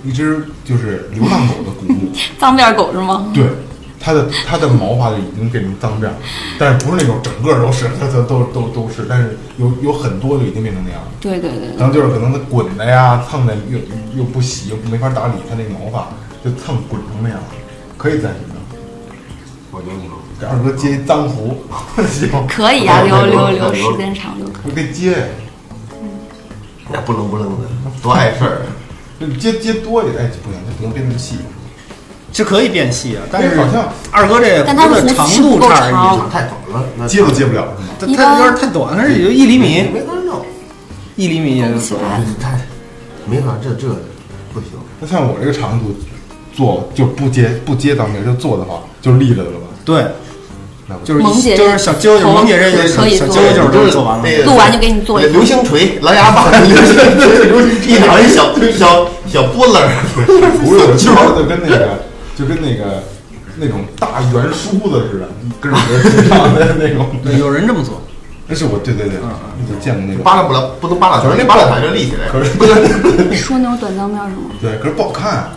B: 一只就是流浪狗的古牧。
D: 脏辫狗是吗？
B: 对，它的它的毛发就已经变成脏辫儿，但是不是那种整个都是，它它都都都是，但是有有很多就已经变成那样了。
D: 对对对，
B: 然后就是可能它滚的呀、蹭的又又不洗，又没法打理它那个毛发，就蹭滚成那样，可以暂停的。
C: 我牛牛，
B: 给二哥接一脏胡， 行吗，
D: 可以啊，
C: 我
D: 留
C: 我
D: 留
C: 我
D: 留
C: 我
D: 时间长就可
B: 我
D: 以。
B: 给接，
C: 那不愣不愣的，多碍事儿。
B: 就接接多一点，哎，不行，这不能变那么细。
E: 是可以变细啊，但
B: 哎
E: 是
B: 好像
E: 二哥这
D: 但他
E: 胡
D: 的
E: 子
D: 胡
E: 长
D: 子是不
E: 度
D: 够
E: 差点
D: 长
E: 意思
C: 啊太短了，那
B: 接都接不了是吗？
E: 它
D: 一
E: 它
D: 般
E: 有点太短了，而且就一厘米，
B: 嗯
C: 没法弄，哎
E: 一厘米也
D: 勾
E: 就
D: 不起
E: 走
D: 来，
C: 太没法，这这不行。
B: 那像我这个长度做就不接不接当面就做的话，就立着了吧？
E: 对
B: 那，不
E: 就是
D: 萌
E: 一
D: 姐
E: 就是小揪揪，
D: 头
E: 萌姐这
D: 可
E: 个小
D: 以
E: 小
C: 哦
D: 做
E: 揪揪就是做完了。
C: 那个
D: 录完就给你做一个
C: 流星锤，狼牙棒，流星锤，流星一脑一小小小波棱儿，
B: 不是，我就说的跟那个，就跟那个那种大圆梳子似的，跟你这长的那种。
E: 对，有人这么做，
B: 那是我，对对对，我见过那种。
C: 扒拉不了，不能扒拉，全是那扒拉团就立起来。
B: 可是
D: 说那种短脏辫儿是吗？
B: 对，可是不好看啊。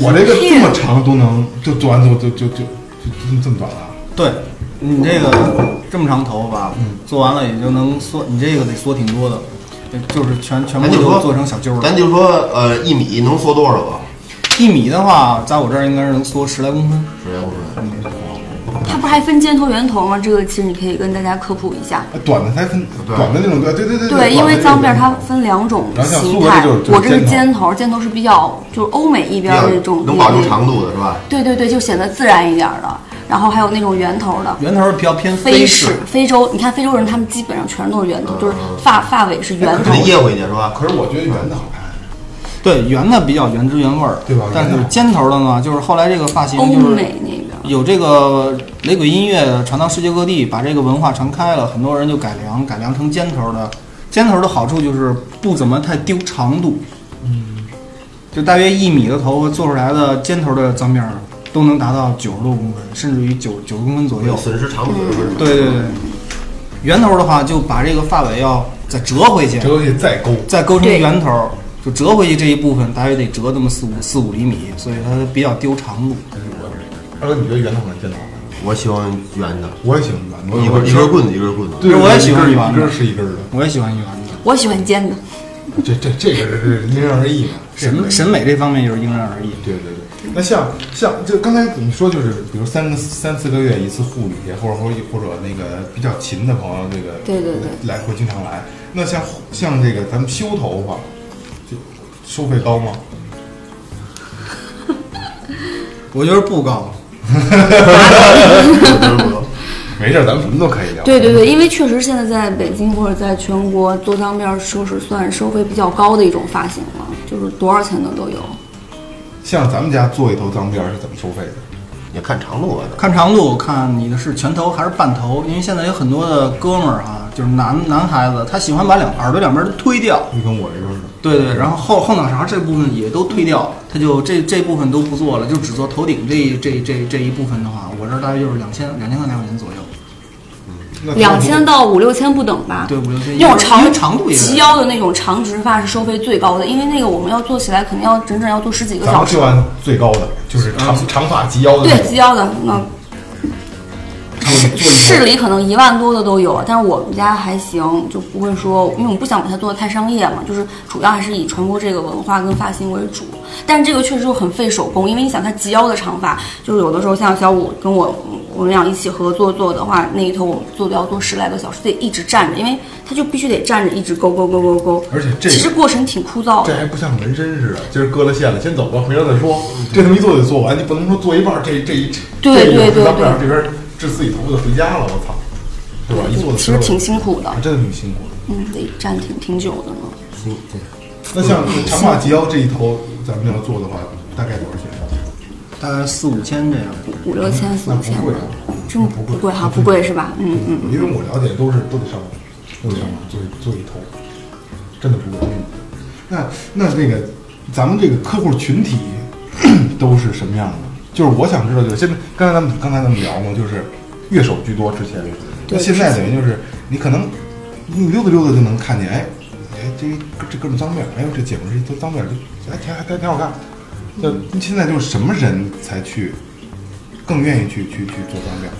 B: 我这个这么长都能，就做完之后就就就就就这么短了。
E: 对你这个
B: 嗯
E: 这么长头发，做完了也就能缩，你这个得缩挺多的，就是全全部
C: 咱就
E: 都
C: 说
E: 做成小揪
C: 咱
E: 了。
C: 就说呃一米能缩多少个？
E: 一米的话，在我这儿应该是能缩十来公分。
C: 十来公分。
D: 它不是还分尖头圆头吗？这个其实你可以跟大家科普一下。
B: 哎短的才分，
C: 对
B: 短的那种，对对对对
D: 对，因为脏辫儿
B: 它
D: 它分两种
B: 然后像苏
D: 形
B: 格
D: 态，
B: 这就是
D: 我这
B: 就
D: 是
B: 是尖
D: 尖头，尖头是比较就是欧美一
C: 比
D: 边
C: 较
D: 儿这种
C: 能保证
D: 那
C: 长度的是吧？
D: 对对对，就显得自然一点儿的。然后还有那种圆头的，
E: 圆头儿比较偏
D: 非
E: 式
D: 式，非洲，你看非洲人他们基本上全是弄圆头，就是
E: 哦
D: 发发尾是圆
C: 就
D: 头
C: 得。掖回去是吧？
B: 可是我觉得圆的好看，
E: 对圆的比较原汁原味儿，
B: 对吧
E: 但是尖头儿的呢，就是后来这个发型
D: 欧
E: 就是
D: 美那边儿
E: 有这个雷鬼音乐传到世界各地，把这个文化传开了，很多人就改良，改良成尖头的。尖头的好处就是不怎么太丢长度，嗯，就大约一米的头发做出来的尖头的脏辫儿都能达到九十多公分，甚至于九九十公分左右。
C: 损失长度的
D: 嗯
C: 损失。
E: 对对对，圆头的话就把这个发尾要再折回去，
B: 折回去再勾。
E: 再勾成
D: 对
E: 圆头儿，就折回去这一部分大约得折那么四五四五厘米，所以它比较丢长度。
B: 二哥，你觉得圆的好看，尖的好看？
C: 我喜欢圆的，
B: 我也喜欢圆的，
C: 一根一根棍子一根棍子。
B: 对，
E: 我也喜欢
B: 一
E: 圆的
B: 根一根是一根的。
E: 我也喜欢圆的，
D: 我喜欢尖的，
B: 这这这个是因人而异嘛，这个
E: 审审美这方面就是因人而异。
B: 对对对。那像像就刚才你说就是，比如三个三四个月一次护理，或者或者或者那个比较勤的朋友，这个
D: 对对对
B: 来会经常来。那像像这个咱们修头发，就收费高吗？
E: 我觉得不高，
B: 没事儿，咱们什么都可以聊。
D: 对对对，因为确实现在在北京或者在全国做脏辫儿就是算收费比较高的一种发型了，就是多少钱的都有。
B: 像咱们家做一头脏辫儿是怎么收费的？
C: 也看长度啊，
E: 看长度，看你的是全头还是半头，因为现在有很多的哥们儿啊，就是男男孩子，他喜欢把两耳朵两边儿都推掉，
B: 就跟我这似的。
E: 对对，然后后后脑勺这部分也都推掉，他就这这部分都不做了，就只做头顶这一这这这一部分的话，我这儿大约就是两千两千块钱块钱左右，
B: 那
D: 两千到五六千不等吧。
E: 对五六千
D: 那种
E: 因
D: 长
E: 为长度也
D: 齐腰的那种长直发是收费最高的，因为那个我们要做起来肯定要整整要做十几个
B: 咱
D: 小
B: 们
D: 时
B: 就。按最高的，就是长长发及腰的那
D: 对，
B: 种。
D: 齐腰的那
B: 嗯
D: 市市里可能一万多的都有，但是我们家还行，就不会说，因为我们不想把它做的太商业嘛，就是主要还是以传播这个文化跟发型为主。但这个确实就很费手工，因为你想它及腰的长发，就是有的时候像小五跟我我们俩一起合作做的话，那一头我们做的要做十来个小时，得一直站着，因为它就必须得站着一直勾勾勾勾勾。
B: 而且这个
D: 其实过程挺枯燥
B: 这
D: 的，
B: 还不像纹身似的，今儿割了线了，先走吧，回头再说。这他妈一做就做完，你不能说做一半儿，这这一
D: 嗯对
B: 这
D: 对对
B: 咱不
D: 对
B: 然这边儿治自己头发就回家了，我操，对吧？一做的
D: 其实挺辛苦的
B: 啊，，真的挺辛苦的。
D: 嗯，得站挺挺久的呢。
C: 行，
B: 那像
D: 嗯
B: 长发及腰这一头，咱们要做的话，大概多少钱？
E: 大概四五千这样。
D: 五六千、四
B: 那
D: 五
B: 不啊
D: 千吧
B: 贵啊，，
D: 真
B: 不
D: 不贵
B: 贵
D: 哈，不贵是吧？嗯嗯。
B: 因为我了解都是都得上，都得上做一做一头，真的不贵。那那这个咱们这个客户群体都是什么样的？就是我想知道，就是现在刚才咱们刚才咱们聊嘛，就是乐手居多之前，那
D: 对
B: 现在等于就是你可能你溜达溜达就能看见，哎哎这这哥们儿脏辫儿，哎呦这姐们儿这都脏辫嗯儿，这哎挺还挺挺好看。那现在就是什么人才去更愿意去去去做脏辫儿？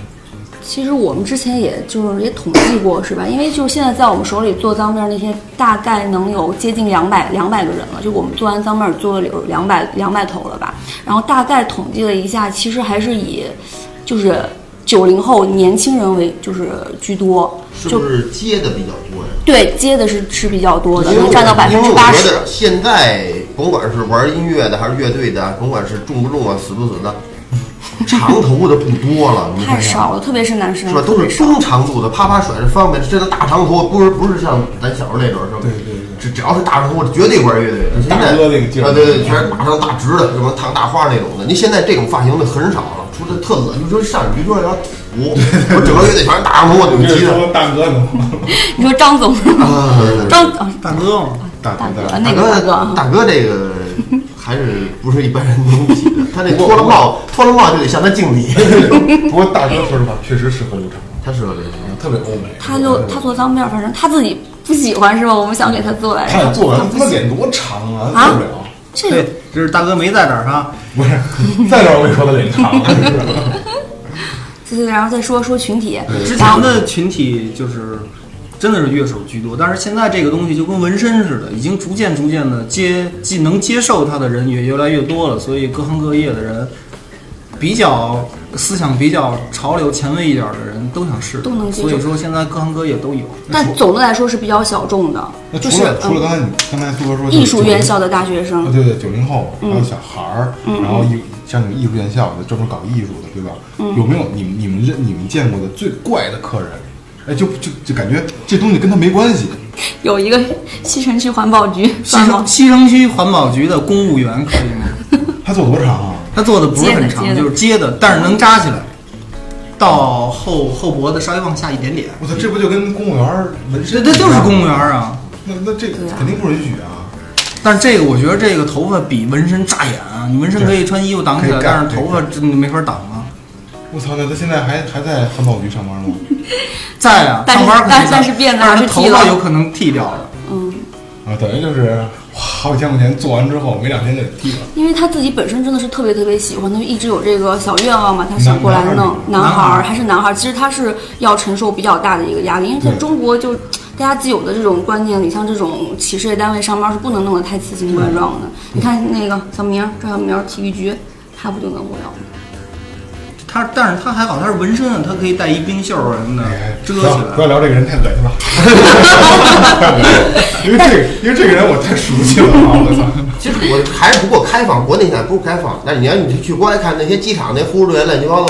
D: 其实我们之前也就是也统计过，是吧？因为就是现在在我们手里做脏辫儿那些，大概能有接近两百两百个人了。就我们做完脏辫儿做了有两百两百头了吧？然后大概统计了一下，其实还是以就是九零后年轻人为就是居多，
C: 是
D: 就
C: 不是接的比较多呀？
D: 对接的是是比较多的，
C: 因为
D: 能占到
C: 我
D: 百分之
C: 因
D: 八
C: 为我觉
D: 十。
C: 得嗯现在甭管是玩音乐的还是乐队的，甭管是重不重啊、死不死的， 长头的不多了，你看
D: 太
C: 看
D: 少了，特别是男生，
C: 是吧？
D: 特
C: 都
D: 别
C: 是
D: 少。
C: 中长度的，啪啪甩着方便。真的大长头，不是不是像咱小时候那种，是吧？
B: 对对对
C: 只只要是大长头，绝对玩乐队的。现
B: 大
C: 在
B: 哥那个劲儿
C: 啊，对对，全是大长大直的，什么烫大花那种的。您现在这种发型的很少了，除了特恶心，你说上你说有点 土，我整个乐队全是大长头，我
B: 你
C: 挺
B: 是
C: 急的。
B: 说大哥呢？
D: 你说张总是吗？
C: 啊，对对对
D: 张啊
E: 大哥嘛，
B: 大
D: 大
B: 哥
D: 哥
B: 大
D: 那
C: 大
D: 个大
C: 哥
D: 哥啊，
C: 大哥这 个还是不是一般人能比的？他这脱了帽，脱了帽就得向他敬礼。
B: 哥，不过大哥说实话确实适合留长，
C: 他适合这个。
B: 特别欧美。
D: 他就他做脏辫儿，反正他自己不喜欢是吧？我们想给他做来着，
B: 他做完
D: 他
B: 他
D: 不
B: 妈
D: 喜
B: 脸多长啊，
D: 啊
B: 受不了。
D: 这个
E: 对，就是大哥没在这儿哈。
B: 不是，在这儿我跟你说他脸长，
D: 对对，然后再说说群体，
E: 之
D: 然后
E: 前的群体就是真的是乐手居多，但是现在这个东西就跟纹身似的，已经逐渐逐渐的接，既能接受它的人也越来越多了，所以各行各业的人比较思想比较潮流前卫一点的人都想试，
D: 都能接受
E: 所以说现在各行各业都有。
D: 但总的来说是比较小众的，
B: 那
D: 就
B: 除
D: 是
B: 了除了
D: 嗯
B: 刚才你刚才苏哥说
D: 艺术院
B: 校。
D: 校的嗯大学
B: 啊，
D: 生，
B: 对对，九零后，还有小孩儿，然后艺像你们艺术院校的，专门搞艺术的，对吧？
D: 嗯
B: 有没有你们你们认你们见过的最怪的客人？哎，就就就感觉这东西跟他没关系，
D: 有一个 西城区环保局
E: 西
D: 算吗
E: 城？西城区环保局的公务员可以吗？
B: 他做多长啊？
E: 他做的不是很
D: 接
E: 长，
D: 的
E: 就是接的，但是能扎起来，到后后脖子稍微往下一点点。
B: 我操，这不就跟公务员儿纹
E: 这
B: 身？
E: 这就是公务员啊！
B: 那那这
D: 对啊
B: 肯定不允许啊！
E: 但是这个我觉得这个头发比纹身扎眼啊，你纹身可以穿衣服挡起
B: 可
E: 来
B: 以，干
E: 但是头发真的没法挡啊。
B: 我操，那他现在还还在环保局上班吗？
E: 在啊，
D: 但是
E: 上班可能在
D: 但是辫子还
E: 但
D: 是
E: 是头
D: 剃了
E: 发有可能剃掉了。
B: 啊，等于就是哇好几千块钱做完之后，没两天就得剃了。
D: 因为他自己本身真的是特别特别喜欢，他就一直有这个小愿望嘛，他想过来弄。
E: 男
D: 男
E: 男孩
D: 孩
E: 儿
D: 儿还是男孩儿，其实他是要承受比较大的一个压力，因为在
B: 对
D: 中国就大家既有的这种观念里，像这种企事业单位上班是不能弄得太奇形怪状的。你看那个小明儿，赵小明儿体育局，他不就能过来吗？
E: 他，但是他还好，他是纹身啊，他可以带一冰袖儿什么的
B: 哎
E: 遮
B: 不要
E: 起
B: 不
E: 来。
B: 要聊这个人太恶 心了，因为这个因为这个人我太熟悉了啊！我操。
C: 其实我还是不够开放，国内现在不够开放。但是你要你去国外看那些机场那护士人乱七八糟，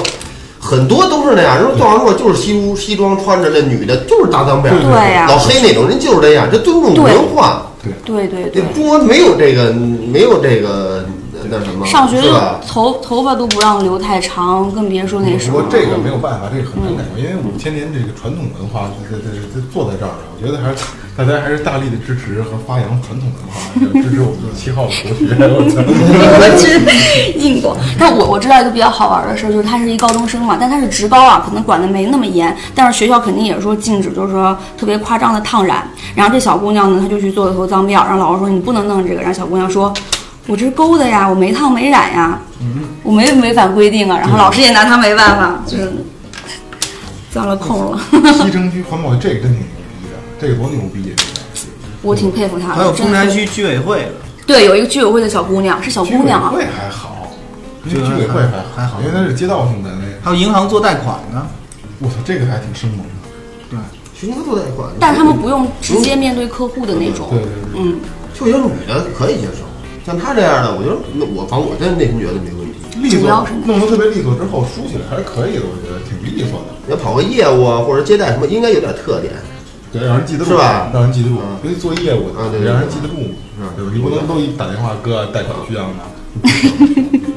C: 很多都是那样。人说到时候就是西服西装穿着那女的，就是大脏辫儿，
D: 对呀
C: 老黑那种人就是这样，这尊重文化。
D: 对对
C: 这
D: 对。
C: 中国没有这个，没有这个那什么，
D: 上学
C: 是
D: 就
C: 吧？
D: 头头发都不让留太长，更别说那什
B: 不过
D: 么了。
B: 这个没有办法，这个很难改变，因为五千年这个传统文化这这这这坐在这儿了，我觉得还是大家还是大力的支持和发扬传统文化，要支持我们的七号的国学。我操
D: 我去印过，但我我知道一个比较好玩的事儿，就是他是一高中生嘛，但他是职高啊，可能管的没那么严，但是学校肯定也是说禁止，就是说特别夸张的烫染。然后这小姑娘呢，她就去做了头脏辫儿，然后老师说你不能弄这个，然后小姑娘说，我这是勾的呀，我没烫没染呀，
B: 嗯
D: 我没违反规定啊。然后老师也拿她没办法，就是钻了空了，
B: 西城区环保这个真挺牛逼的，这个多牛逼啊！
D: 我挺佩服她的。
E: 还有
D: 真
E: 丰
D: 的
E: 台
D: 是
E: 区居委会的，
D: 对有一个居委会的小姑娘，是小
B: 这个居
D: 姑
B: 委
D: 娘啊，
B: 会还好，因为居委会还
E: 还好
B: 因为它是街道性单位。
E: 还有银行做贷款的，
B: 我操，这个还挺生猛的。
E: 对，
C: 巡家做贷款，
D: 但他们不用直接面对客户的那种。
B: 对对对，
D: 嗯，
C: 就有女的可以接受，像他这样的，我觉得那我反正我真内心觉得没问题。
B: 利
D: 主要
B: 索
D: 是，
B: 弄得特别利索之后，梳起来还是可以的，我觉得挺利索的。
C: 你要跑个业务啊，或者接待什么，应该有点特点。
B: 对，让人记得住
C: 是吧
B: 让人记得住
C: 嗯，
B: 尤其做业务
C: 啊
B: 的，
C: 对
B: 得
C: 对
B: 让人记得住嘛，
C: 嗯
B: 对吧？你不能都一打电话哥贷款需要吗？
D: 嗯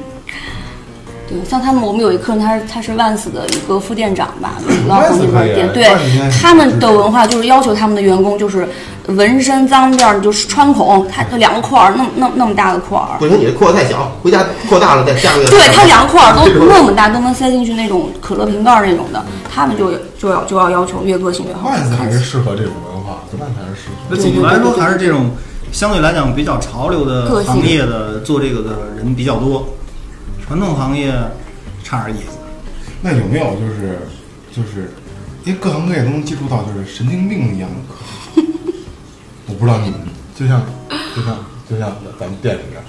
D: 对，像他们，我们有一客人，他是他是万斯的一个副店长吧，五道
B: 万
D: 口
B: 斯
D: 那块
B: 可以
D: 儿店
B: 啊，
D: 对
B: 万斯应该是
D: 他们的文化就是要求他们的员工就是纹身脏辫儿，就是穿孔，他就两个块儿，那么那么那么大的块儿
C: 不，行，你这扩得太小，回家扩大了再下个月。
D: 对他两个块 儿都
C: 这种
D: 那么大，都能塞进去那种可乐瓶盖儿那种的，他们就就要就要要求越个性越好
B: 万斯还
D: 看
B: 是
D: 起来。
B: 适合这种文化，万斯还是适合
E: 那。总的来说还是这种相对来讲比较潮流
D: 个
E: 的
D: 性
E: 行业的做这个的人比较多，传统行业差点意思。
B: 那有没有就是就是，因为各行各业都能接触到就是神经病一样的客户？我不知道你们，就像就像就像咱们店里边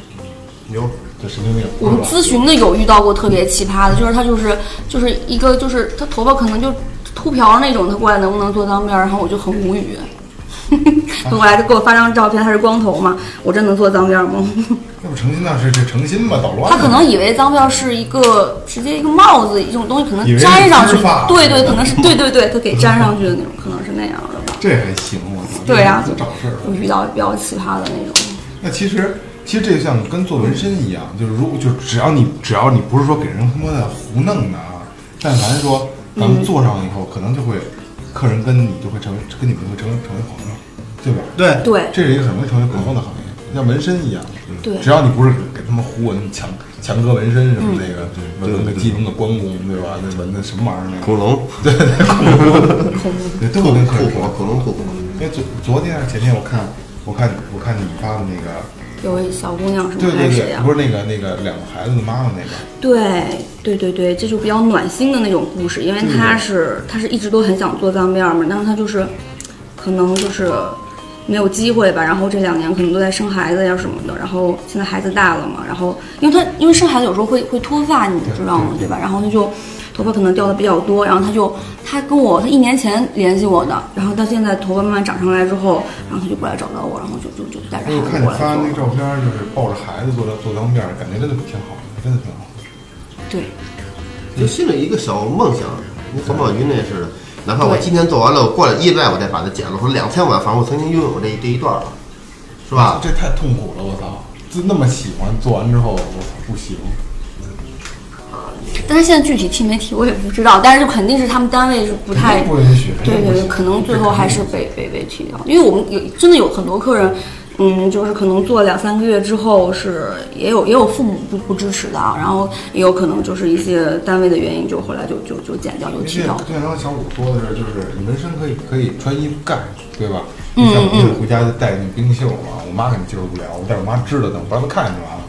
B: 有这神经病，
D: 我们
B: 是吧
D: 咨询的有遇到过特别奇葩的，就是他就是就是一个就是他头发可能就秃瓢那种，他过来能不能做脏辫儿，然后我就很无语。 他过来就给我发张照片，他是光头嘛，我这能做脏辫儿吗？
B: 那不成心那是这成心吧，捣乱
D: 他
B: 吧。
D: 可能以为脏辫儿是一个直接一个帽子一种东西，可能
B: 以为是
D: 粘上去
B: 织发，
D: 对对，可能是对对对，他给粘上去的那种，可能是那样的吧。
B: 这还行，我操，
D: 对啊呀、
B: 这找事儿了
D: 我。遇到比较奇葩的那种。
B: 那其实，其实这像跟做纹身一样，就是如果就只要你只要你不是说给人他妈的胡弄的啊，但凡说咱
D: 嗯
B: 们做上以后，可能就会客人跟你就会成为跟你们会成为成为朋友，对吧？
E: 对
D: 对
B: 这是一个很容易成为朋友的行业，像纹身一样。嗯
D: 对
B: 只要你不是给他们胡纹强强哥纹身什么那个，纹那个基隆的关公对吧？那纹的什么玩意儿那个
C: 恐龙，
B: 对，都会跟客人
C: 酷
B: 说
C: 火，。恐龙酷火，
B: 因为昨昨天还是前天，我看我看我看你发的那个
D: 有一小姑娘什
B: 对
D: 么
B: 对
D: 还是谁啊
B: 对
D: 呀，？
B: 不是那个那个两个孩子的妈妈那个，
D: 对对对对，这就比较暖心的那种故事，因为他是他是一直都很想做脏辫儿嘛，但是他就是可能就是没有机会吧，然后这两年可能都在生孩子呀什么的，然后现在孩子大了嘛，然后因为他因为生孩子有时候会会脱发，你知道吗？对吧？然后他就头发可能掉的比较多，然后他就他跟我他一年前联系我的，然后到现在头发慢慢长上来之后，然后他就过来找到我，然后就就就带哎着
B: 我
D: 孩
B: 看你发的
D: 子过来
B: 那
D: 做，
B: 照片，就是抱着孩子做的做脏辫儿，感觉真的挺好的，真的挺好的。
D: 对。
C: 就心里一个小梦想，跟环保局那似的。哪怕我今天做完了，我过了一礼拜我再把它剪了，或者两天我反正我曾经拥有这这一段了，是吧？
B: 啊这太痛苦了，我操！就那么喜欢，做完之后，我操不行。
D: 但是现在具体提没提我也不知道，但是肯定是他们单位是不太
B: 肯定不允许
D: 对对对，可能最后还是被被被踢掉，因为我们有真的有很多客人，嗯，就是可能做两三个月之后是也有也有父母不不支持的啊，然后也有可能就是一些单位的原因，就后来就就就剪掉就
B: 因为
D: 踢掉了
B: 就。像刚才小五说的是，就是你纹身可以可以穿衣服盖，对吧？
D: 嗯
B: 你像我回家就带那冰袖嘛，我妈肯定接受不了，我但是我妈知道的，我不让她看见完了。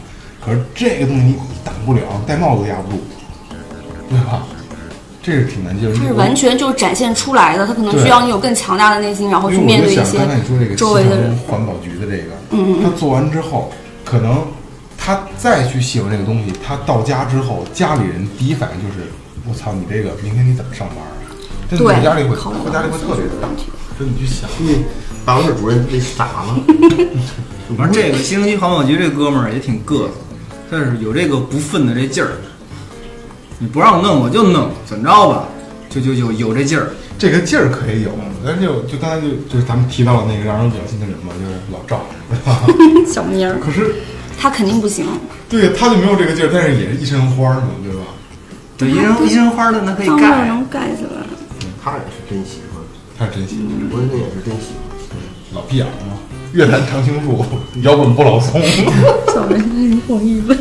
B: 可是这个东西你挡不了，戴帽子都压不住，对吧？这是挺难接受。
D: 它是完全就是展现出来的，它可能需要你有更强大的内心，然后去
B: 因为
D: 面
B: 我
D: 对
B: 就想
D: 一些
B: 刚才你说这个
D: 周围的人
B: 西。
D: 嗯
B: 城环保局的这个，他做完之后，可能他再去喜欢这个东西，他到家之后，家里人第一反应就是，我操，你这个明天你怎么上班啊？真的，
D: 对
B: 我压力会，
D: 考虑
B: 我压力会特别大。真的，你去想，
C: 嗯， 办公室主任得傻了。
E: 反正这个西城区环保局这哥们儿也挺个子，但是有这个不忿的这劲儿。你不让我弄我就弄，怎么着吧？就就有有这劲儿。
B: 这个劲儿可以有，
D: 嗯
B: 但是就就刚才就就是咱们提到的那个让人恶心的人嘛，就是老赵， 对吧？
D: 小妮儿，
B: 可是
D: 他肯定不行，
B: 对他就没有这个劲儿，但是也是一身花儿嘛，对吧？
D: 嗯
E: 对，一人一人花的那可以
D: 脏辫
E: 盖。
D: 能盖起来。
C: 他也是真喜欢，
B: 他是真喜欢。
C: 我那也是真喜欢。
B: 老屁眼儿嘛，越南常青树， 摇滚不老松。
D: 小人 灵活一问。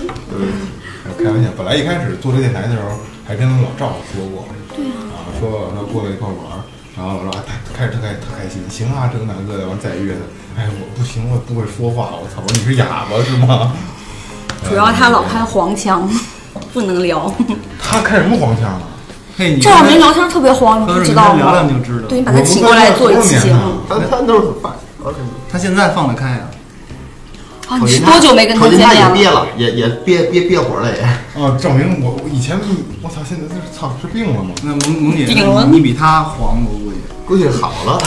B: 开玩笑，本来一开始做这电台的时候，还跟老赵说过，对啊，说说过来一块玩儿，然后我说啊，他开始特开特开心，行啊，这个那个的，完再约他，哎，我不行，我不会说话，我操，我说你是哑巴是吗？
D: 主要他老开黄腔， 不能聊。
B: 他开什么黄腔了？
E: 嘿，你
D: 这两年聊天特别慌，你
E: 当
D: 不
E: 时
D: 知
E: 跟
D: 道
E: 他
D: 吗？
E: 聊聊你就知道。
D: 对，你把他请过来做一期节目
B: 我
C: 他他那是办，而且
E: 他现在放得开啊。
D: 啊！你是多久没跟他见
C: 他也
D: 面
C: 憋
D: 了？
C: 了，也也憋憋憋火了也。
B: 啊，证明我我以前我操，现在这是操是病了吗？
E: 那萌萌姐，
D: 顶了
E: 你比他黄，我估计。
C: 估计好了，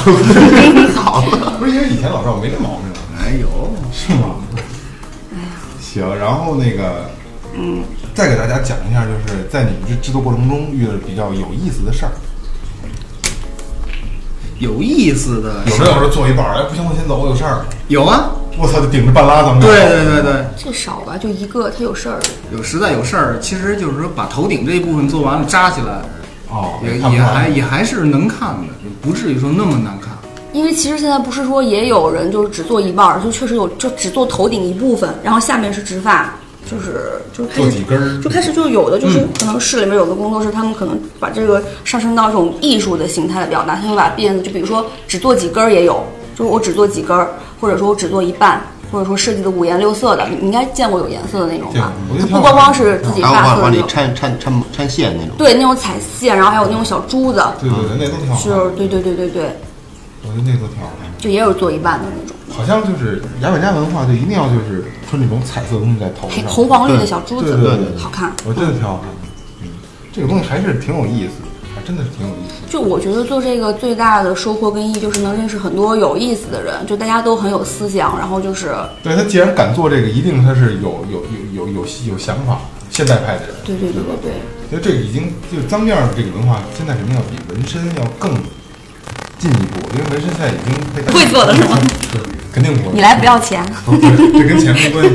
C: 好了。
B: 不是因为以前老赵没这毛病啊，
E: 哎呦，
B: 是吗？行，然后那个，哎嗯，再给大家讲一下，就是在你们这制作过程中遇到比较有意思的事儿，
E: 有意思的
B: 有
E: 事
B: 没有
E: 儿。
B: 说做一半儿，哎，哦不行，我先走，我有事儿，
E: 有啊，
B: 我操，就顶着半拉咱们
E: 对对对对，
D: 这少吧，就一个，他有事儿。
E: 有实在有事儿，其实就是说把头顶这一部分做完了扎起来，
B: 哦，
E: 也
B: 看不
E: 也
B: 惯
E: 还也还是能看的，也不至于说那么难看。
D: 因为其实现在不是说也有人就是只做一半儿，就确实有就只做头顶一部分，然后下面是植发，就是就开
B: 做
D: 始
B: 几根儿
D: 就开始就有的就是
B: 嗯
D: 可能市里面有的工作室，他们可能把这个上升到一种艺术的形态的表达，他就把辫子就比如说只做几根儿也有，就是我只做几根儿，或者说我只做一半，或者说设计的五颜六色的，你应该见过有颜色的那种
B: 见过
D: 吧
B: 啊我？觉
D: 它
B: 得
D: 不光光是自己
C: 然后
D: 发
C: 往
D: 色的
C: 往
D: 那
C: 里
D: 种，
C: 掺掺掺掺线那种。
D: 对那种彩线，然后还有那种小珠子，
B: 对对对，那都挺好看
D: 是啊
B: 的，，
D: 对对对对对，
B: 我觉得那都挺好看的。
D: 就也有做一半的那种
B: 好像就是牙买加文化就一定要就是穿这种彩色的东西在头
D: 黑
B: 上，
D: 红黄绿的小珠
B: 嗯对
D: 子，嗯
B: 对对对，
D: 好看。
B: 我真的挺好看的。嗯，这个东西还是挺有意思的，还真的是挺有意思的。
D: 就我觉得做这个最大的收获跟意义就是能认识很多有意思的人，就大家都很有思想，然后就是
B: 对他既然敢做这个，一定他是有有有有有有想法，现代派的人，
D: 对对对
B: 对吧
D: 对？对。
B: 因为这个已经就是脏辫儿这个文化，现在肯定要比纹身要更进一步，因为纹身现在已经被大家
D: 会做的是吗？
B: 对， 肯定不会。
D: 你来 不要钱，
B: 不是这跟钱没关系，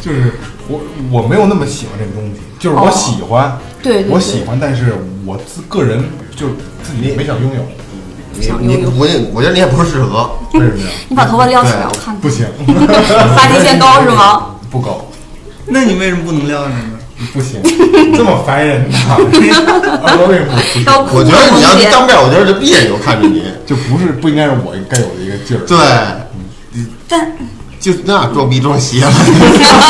B: 就是我我没有那么喜欢这个东西，就是我
D: 哦
B: 喜欢，
D: 对对
B: 我
D: 对
B: 喜欢，但是我自个人就自己没想拥有，
C: 你
D: 想
C: 你
D: 拥有
C: 我也我觉得你也不适 合，
B: 为什么呀？
D: 你把头发撩起来，
C: 对
D: 我看
B: 不
D: 看。
B: 行，
D: 发际线高是吗？
B: 不高，
E: 那你为什么不能撩上呢？
B: 不行，这么烦人呐！ 二哥为什么不 行？
D: 要哭
C: 我觉得你要
D: 了
C: 是
D: 姐
C: 当面，我觉得就闭眼就看着你。
B: 就不是不应该是我该有的一个劲儿。
C: 对，
D: 但
C: 就那装逼装邪了。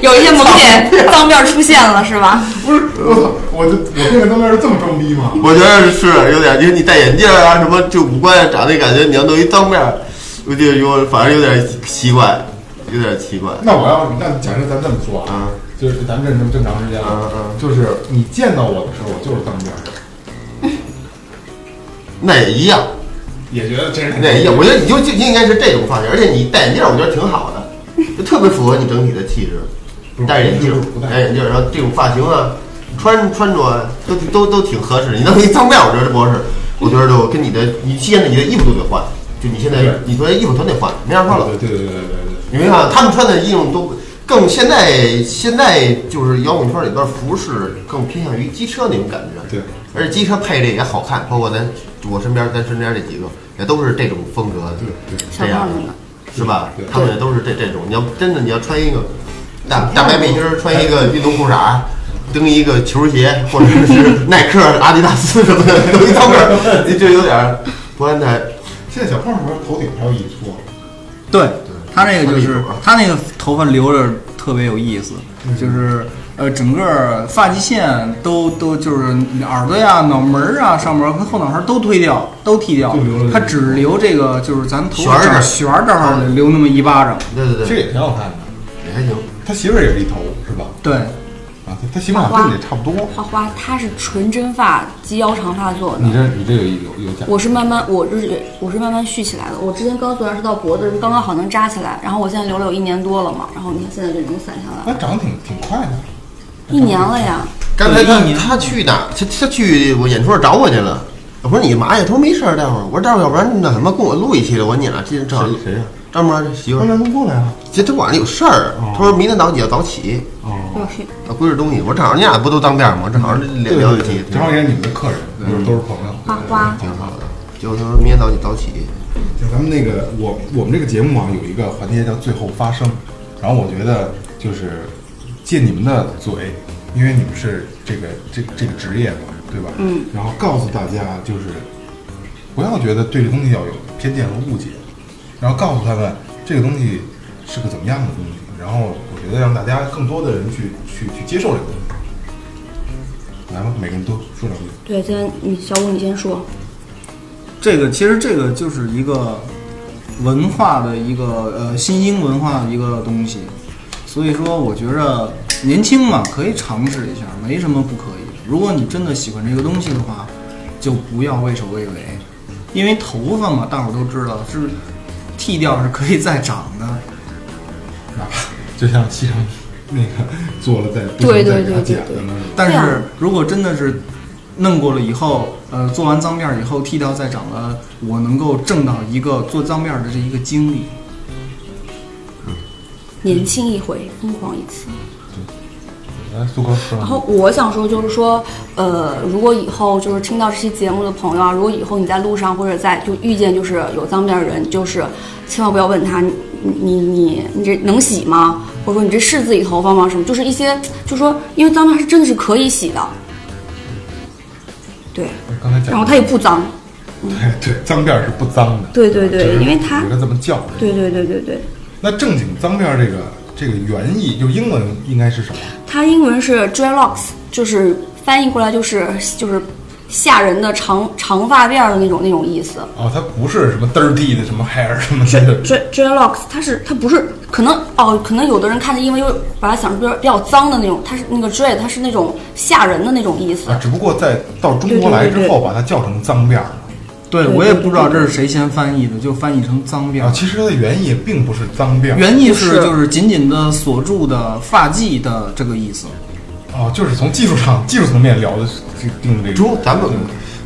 D: 有一些萌 点脏辫儿出现了是吧？
B: 不是我操，我就我变个当面是这么装逼 吗？
C: 我觉得是有点，就是你戴眼镜啊，什么就五官长得感觉，你要弄一脏面儿，我就有反正有点奇怪，有点奇怪。
B: 那我要那假设咱这么说啊，
C: 嗯
B: 就是咱们认识这么这么长时间了，
C: 嗯嗯
B: 就是你见到我的时候，我就是当面儿，
C: 那也一样，
B: 也觉得这人
C: 那也一样。我觉得你就就应该是这种发型，而且你戴眼镜，我觉得挺好的，就特别符合你整体的气质。
B: 不是
C: 戴眼镜
B: 不是不，戴
C: 戴眼镜，然后这种发型啊，穿穿着啊都都都挺合适。你弄一脏辫儿，我觉得不合适，我觉得就跟你的你现在你的衣服都得换，就你现在
B: 对
C: 你昨天衣服全得换，没啥说了。
B: 对对对对对对。
C: 你没看他们穿的衣裳都更现在，现在就是摇滚圈里边服饰更偏向于机车那种感觉。
B: 对，
C: 而且机车配这也好看，包括咱我身边咱身边这几个也都是这种风格的，
B: 对对
C: 这样
D: 小胖子呢
C: 的，是吧
B: 对？
C: 他们也都是这这种。你要真的你要穿一个大大白背心儿，穿一个运动裤衩儿。蹬一个球鞋，或者是 耐克、阿迪达斯什么的，都一套个儿，就有点儿不安泰。
B: 现在小胖是不是头顶还有一撮？
E: 对，他那个就是
C: 他那个
E: 他那个头发留着特别有意思，就是呃整个发际线都都就是耳朵呀、脑门儿啊、上面儿跟后脑勺都推掉，都剃掉
B: 就留了，
E: 他只留这个就是咱头
C: 旋儿
E: 发
C: 这儿
E: 长旋儿这儿留那么一巴掌。
C: 对对
B: 这
C: 对，
B: 也挺好看的。
C: 也还行。
B: 他媳妇儿也是一头是吧？
E: 对，
B: 啊，他他媳妇儿好像跟你差不多。
D: 花花她是纯真发及腰长发做的
B: 你，这你这有有有假？
D: 我是慢慢我是我是慢慢蓄起来的。我之前刚做完是到脖子，刚刚好能扎起来，然后我现在留了有一年多了嘛，然后你看现在就已经散下来了，
B: 他长得挺挺快的。
D: 一年了呀。
C: 刚才
E: 对
C: 他
E: 一年
C: 他去哪儿？他他去我演出找我去了。我说你嘛呀？他说没事儿，待会儿。我说待会儿，要不然那什么，跟我录一期了。我说你俩今天正好
B: 谁谁呀
C: 张博媳妇
B: 刚
C: 儿，
B: 才都过来啊。
C: 今天晚上有事儿。
B: 哦
C: 他说明天早上你要早起，
B: 哦，
D: 我去，
C: 要归置东西。我说正好你俩不都当面吗？正好
B: 对
C: 聊聊
B: 对
C: 一期
B: 对，，正好也是你们的客人，就是都是朋友。
D: 花花
B: 挺好的。
C: 结果他说明天早上你早起。
B: 就咱们那个我我们这个节目啊，有一个环节叫最后发声，然后我觉得就是借你们的嘴，因为你们是这个这这个职业嘛，对吧？嗯。然后告诉大家，就是不要觉得对这东西要有偏见和误解，然后告诉他们这个东西是个怎么样的东西，然后我觉得让大家更多的人去去去接受这个东西。来吧，每个人都说两句。
D: 对，今天你小五你先说，
E: 这个其实这个就是一个文化的一个呃新兴文化的一个东西，所以说我觉着年轻嘛，可以尝试一下，没什么不可以。如果你真的喜欢这个东西的话，就不要畏首畏尾，因为头发嘛，大伙儿都知道是剃掉是可以再长的。
B: 哪怕就像西城那个做了再不
D: 对
B: 行再
D: 对
B: 给他
D: 对对
B: 剪
D: 对
B: 的那种。
E: 但
D: 对啊
E: 是如果真的是弄过了以后，呃，做完脏辫儿以后剃掉再长了，我能够挣到一个做脏辫儿的这一个经历。
D: 年轻一回，疯狂一次。
B: 来，苏哥说
D: 然后我想说，就是说，呃，如果以后就是听到这期节目的朋友啊，如果以后你在路上或者在就遇见就是有脏辫儿的人，就是千万不要问他你你你你这能洗吗？或者说你这是自己头发吗？什么？就是一些就说，因为脏辫儿是真的是可以洗的，对。
B: 刚才讲，
D: 然后它也不脏，
B: 对对，脏辫儿是不脏的，
D: 对对对
B: 只是
D: 因为它
B: 有一个这么叫的，
D: 对对对对对，
B: 那正经脏辫儿这个这个原意，就英文应该是什么？
D: 它英文是 dreadlocks，就是翻译过来就是就是吓人的长长发辫儿的那种那种意思。
B: 哦，它不是什么 dirty 的什么 hair 什么的。
D: dread dreadlocks，它是它不是可能哦，可能有的人看见英文就把它想成比较比较脏的那种，它是那个 dread，它是那种吓人的那种意思
B: 啊，。只不过在到中国来之
D: 对对对
B: 后，把它叫成脏辫儿了。
E: 对我也不知道这是谁先翻译的，就翻译成脏辫
B: 啊，。其实它的原意并不是脏辫儿，
E: 原意是
D: 不是
E: 就是紧紧的锁住的发髻的这个意思。
B: 哦，就是从技术上、技术层面聊的这定这个。
C: 中咱们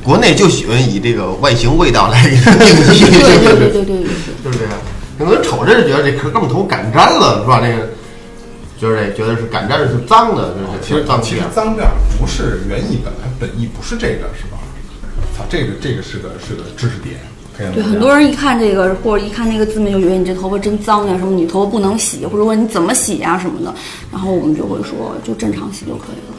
C: 国内就喜欢以这个外形味道来定义，
D: 对对对对对对对。
C: 就是这样。可能瞅着就觉得这哥们头擀粘了，是吧？这个就是觉得是擀粘了是脏的，就是
B: 其实
C: 脏
B: 其实
C: 辫。
B: 脏辫儿不是原意本来本意不是这个是吧？操，这个这个是个是个知识点。可以
D: 对，
B: 吗
D: 很多人一看这个或者一看那个字面就觉得你这头发真脏呀，什么你头发不能洗，或者问你怎么洗呀什么的，然后我们就会说就正常洗就可以了，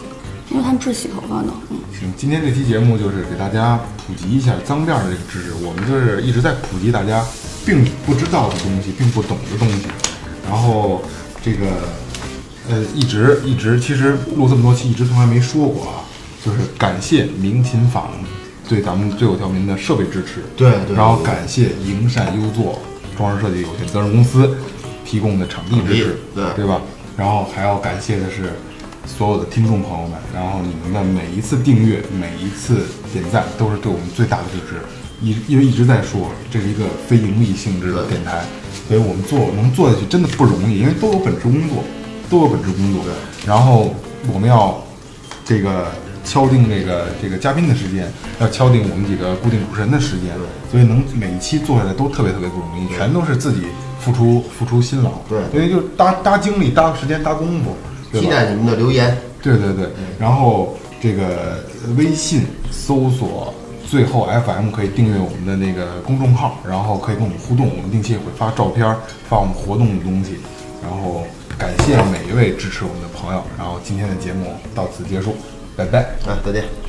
D: 因为他们是洗头发的，嗯，
B: 行，今天这期节目就是给大家普及一下脏辫儿的这个知识。我们就是一直在普及大家并不知道的东西，并不懂的东西。然后这个呃，一直一直，其实录这么多期，一直从来没说过啊。就是感谢明琴坊对咱们最有条民的设备支持，
C: 对对
B: 然后
C: 对
B: 感谢营善优作装饰设计有限责任公司提供的场地支持，
C: 对
B: 对吧？然后还要感谢的是所有的听众朋友们，然后你们的每一次订阅、每一次点赞，都是对我们最大的支持。一因为一直在说这是一个非盈利性质的电台，所以我们做能做下去真的不容易，因为都有本职工作，都有本职工作。然后我们要这个敲定这个这个嘉宾的时间，要敲定我们几个固定主持人的时间，所以能每一期做下来都特别特别不容易，全都是自己付出付出辛劳，
C: 对
B: 因为就是搭搭精力、搭时间、搭功夫，对
C: 期
B: 吧？
C: 待你们的留言。
B: 对对对，然后这个微信搜索最后 FM 可以订阅我们的那个公众号，然后可以跟我们互动，我们定期也会发照片，发我们活动的东西，然后感谢每一位支持我们的朋友，然后今天的节目到此结束，拜拜。
C: 啊，再见。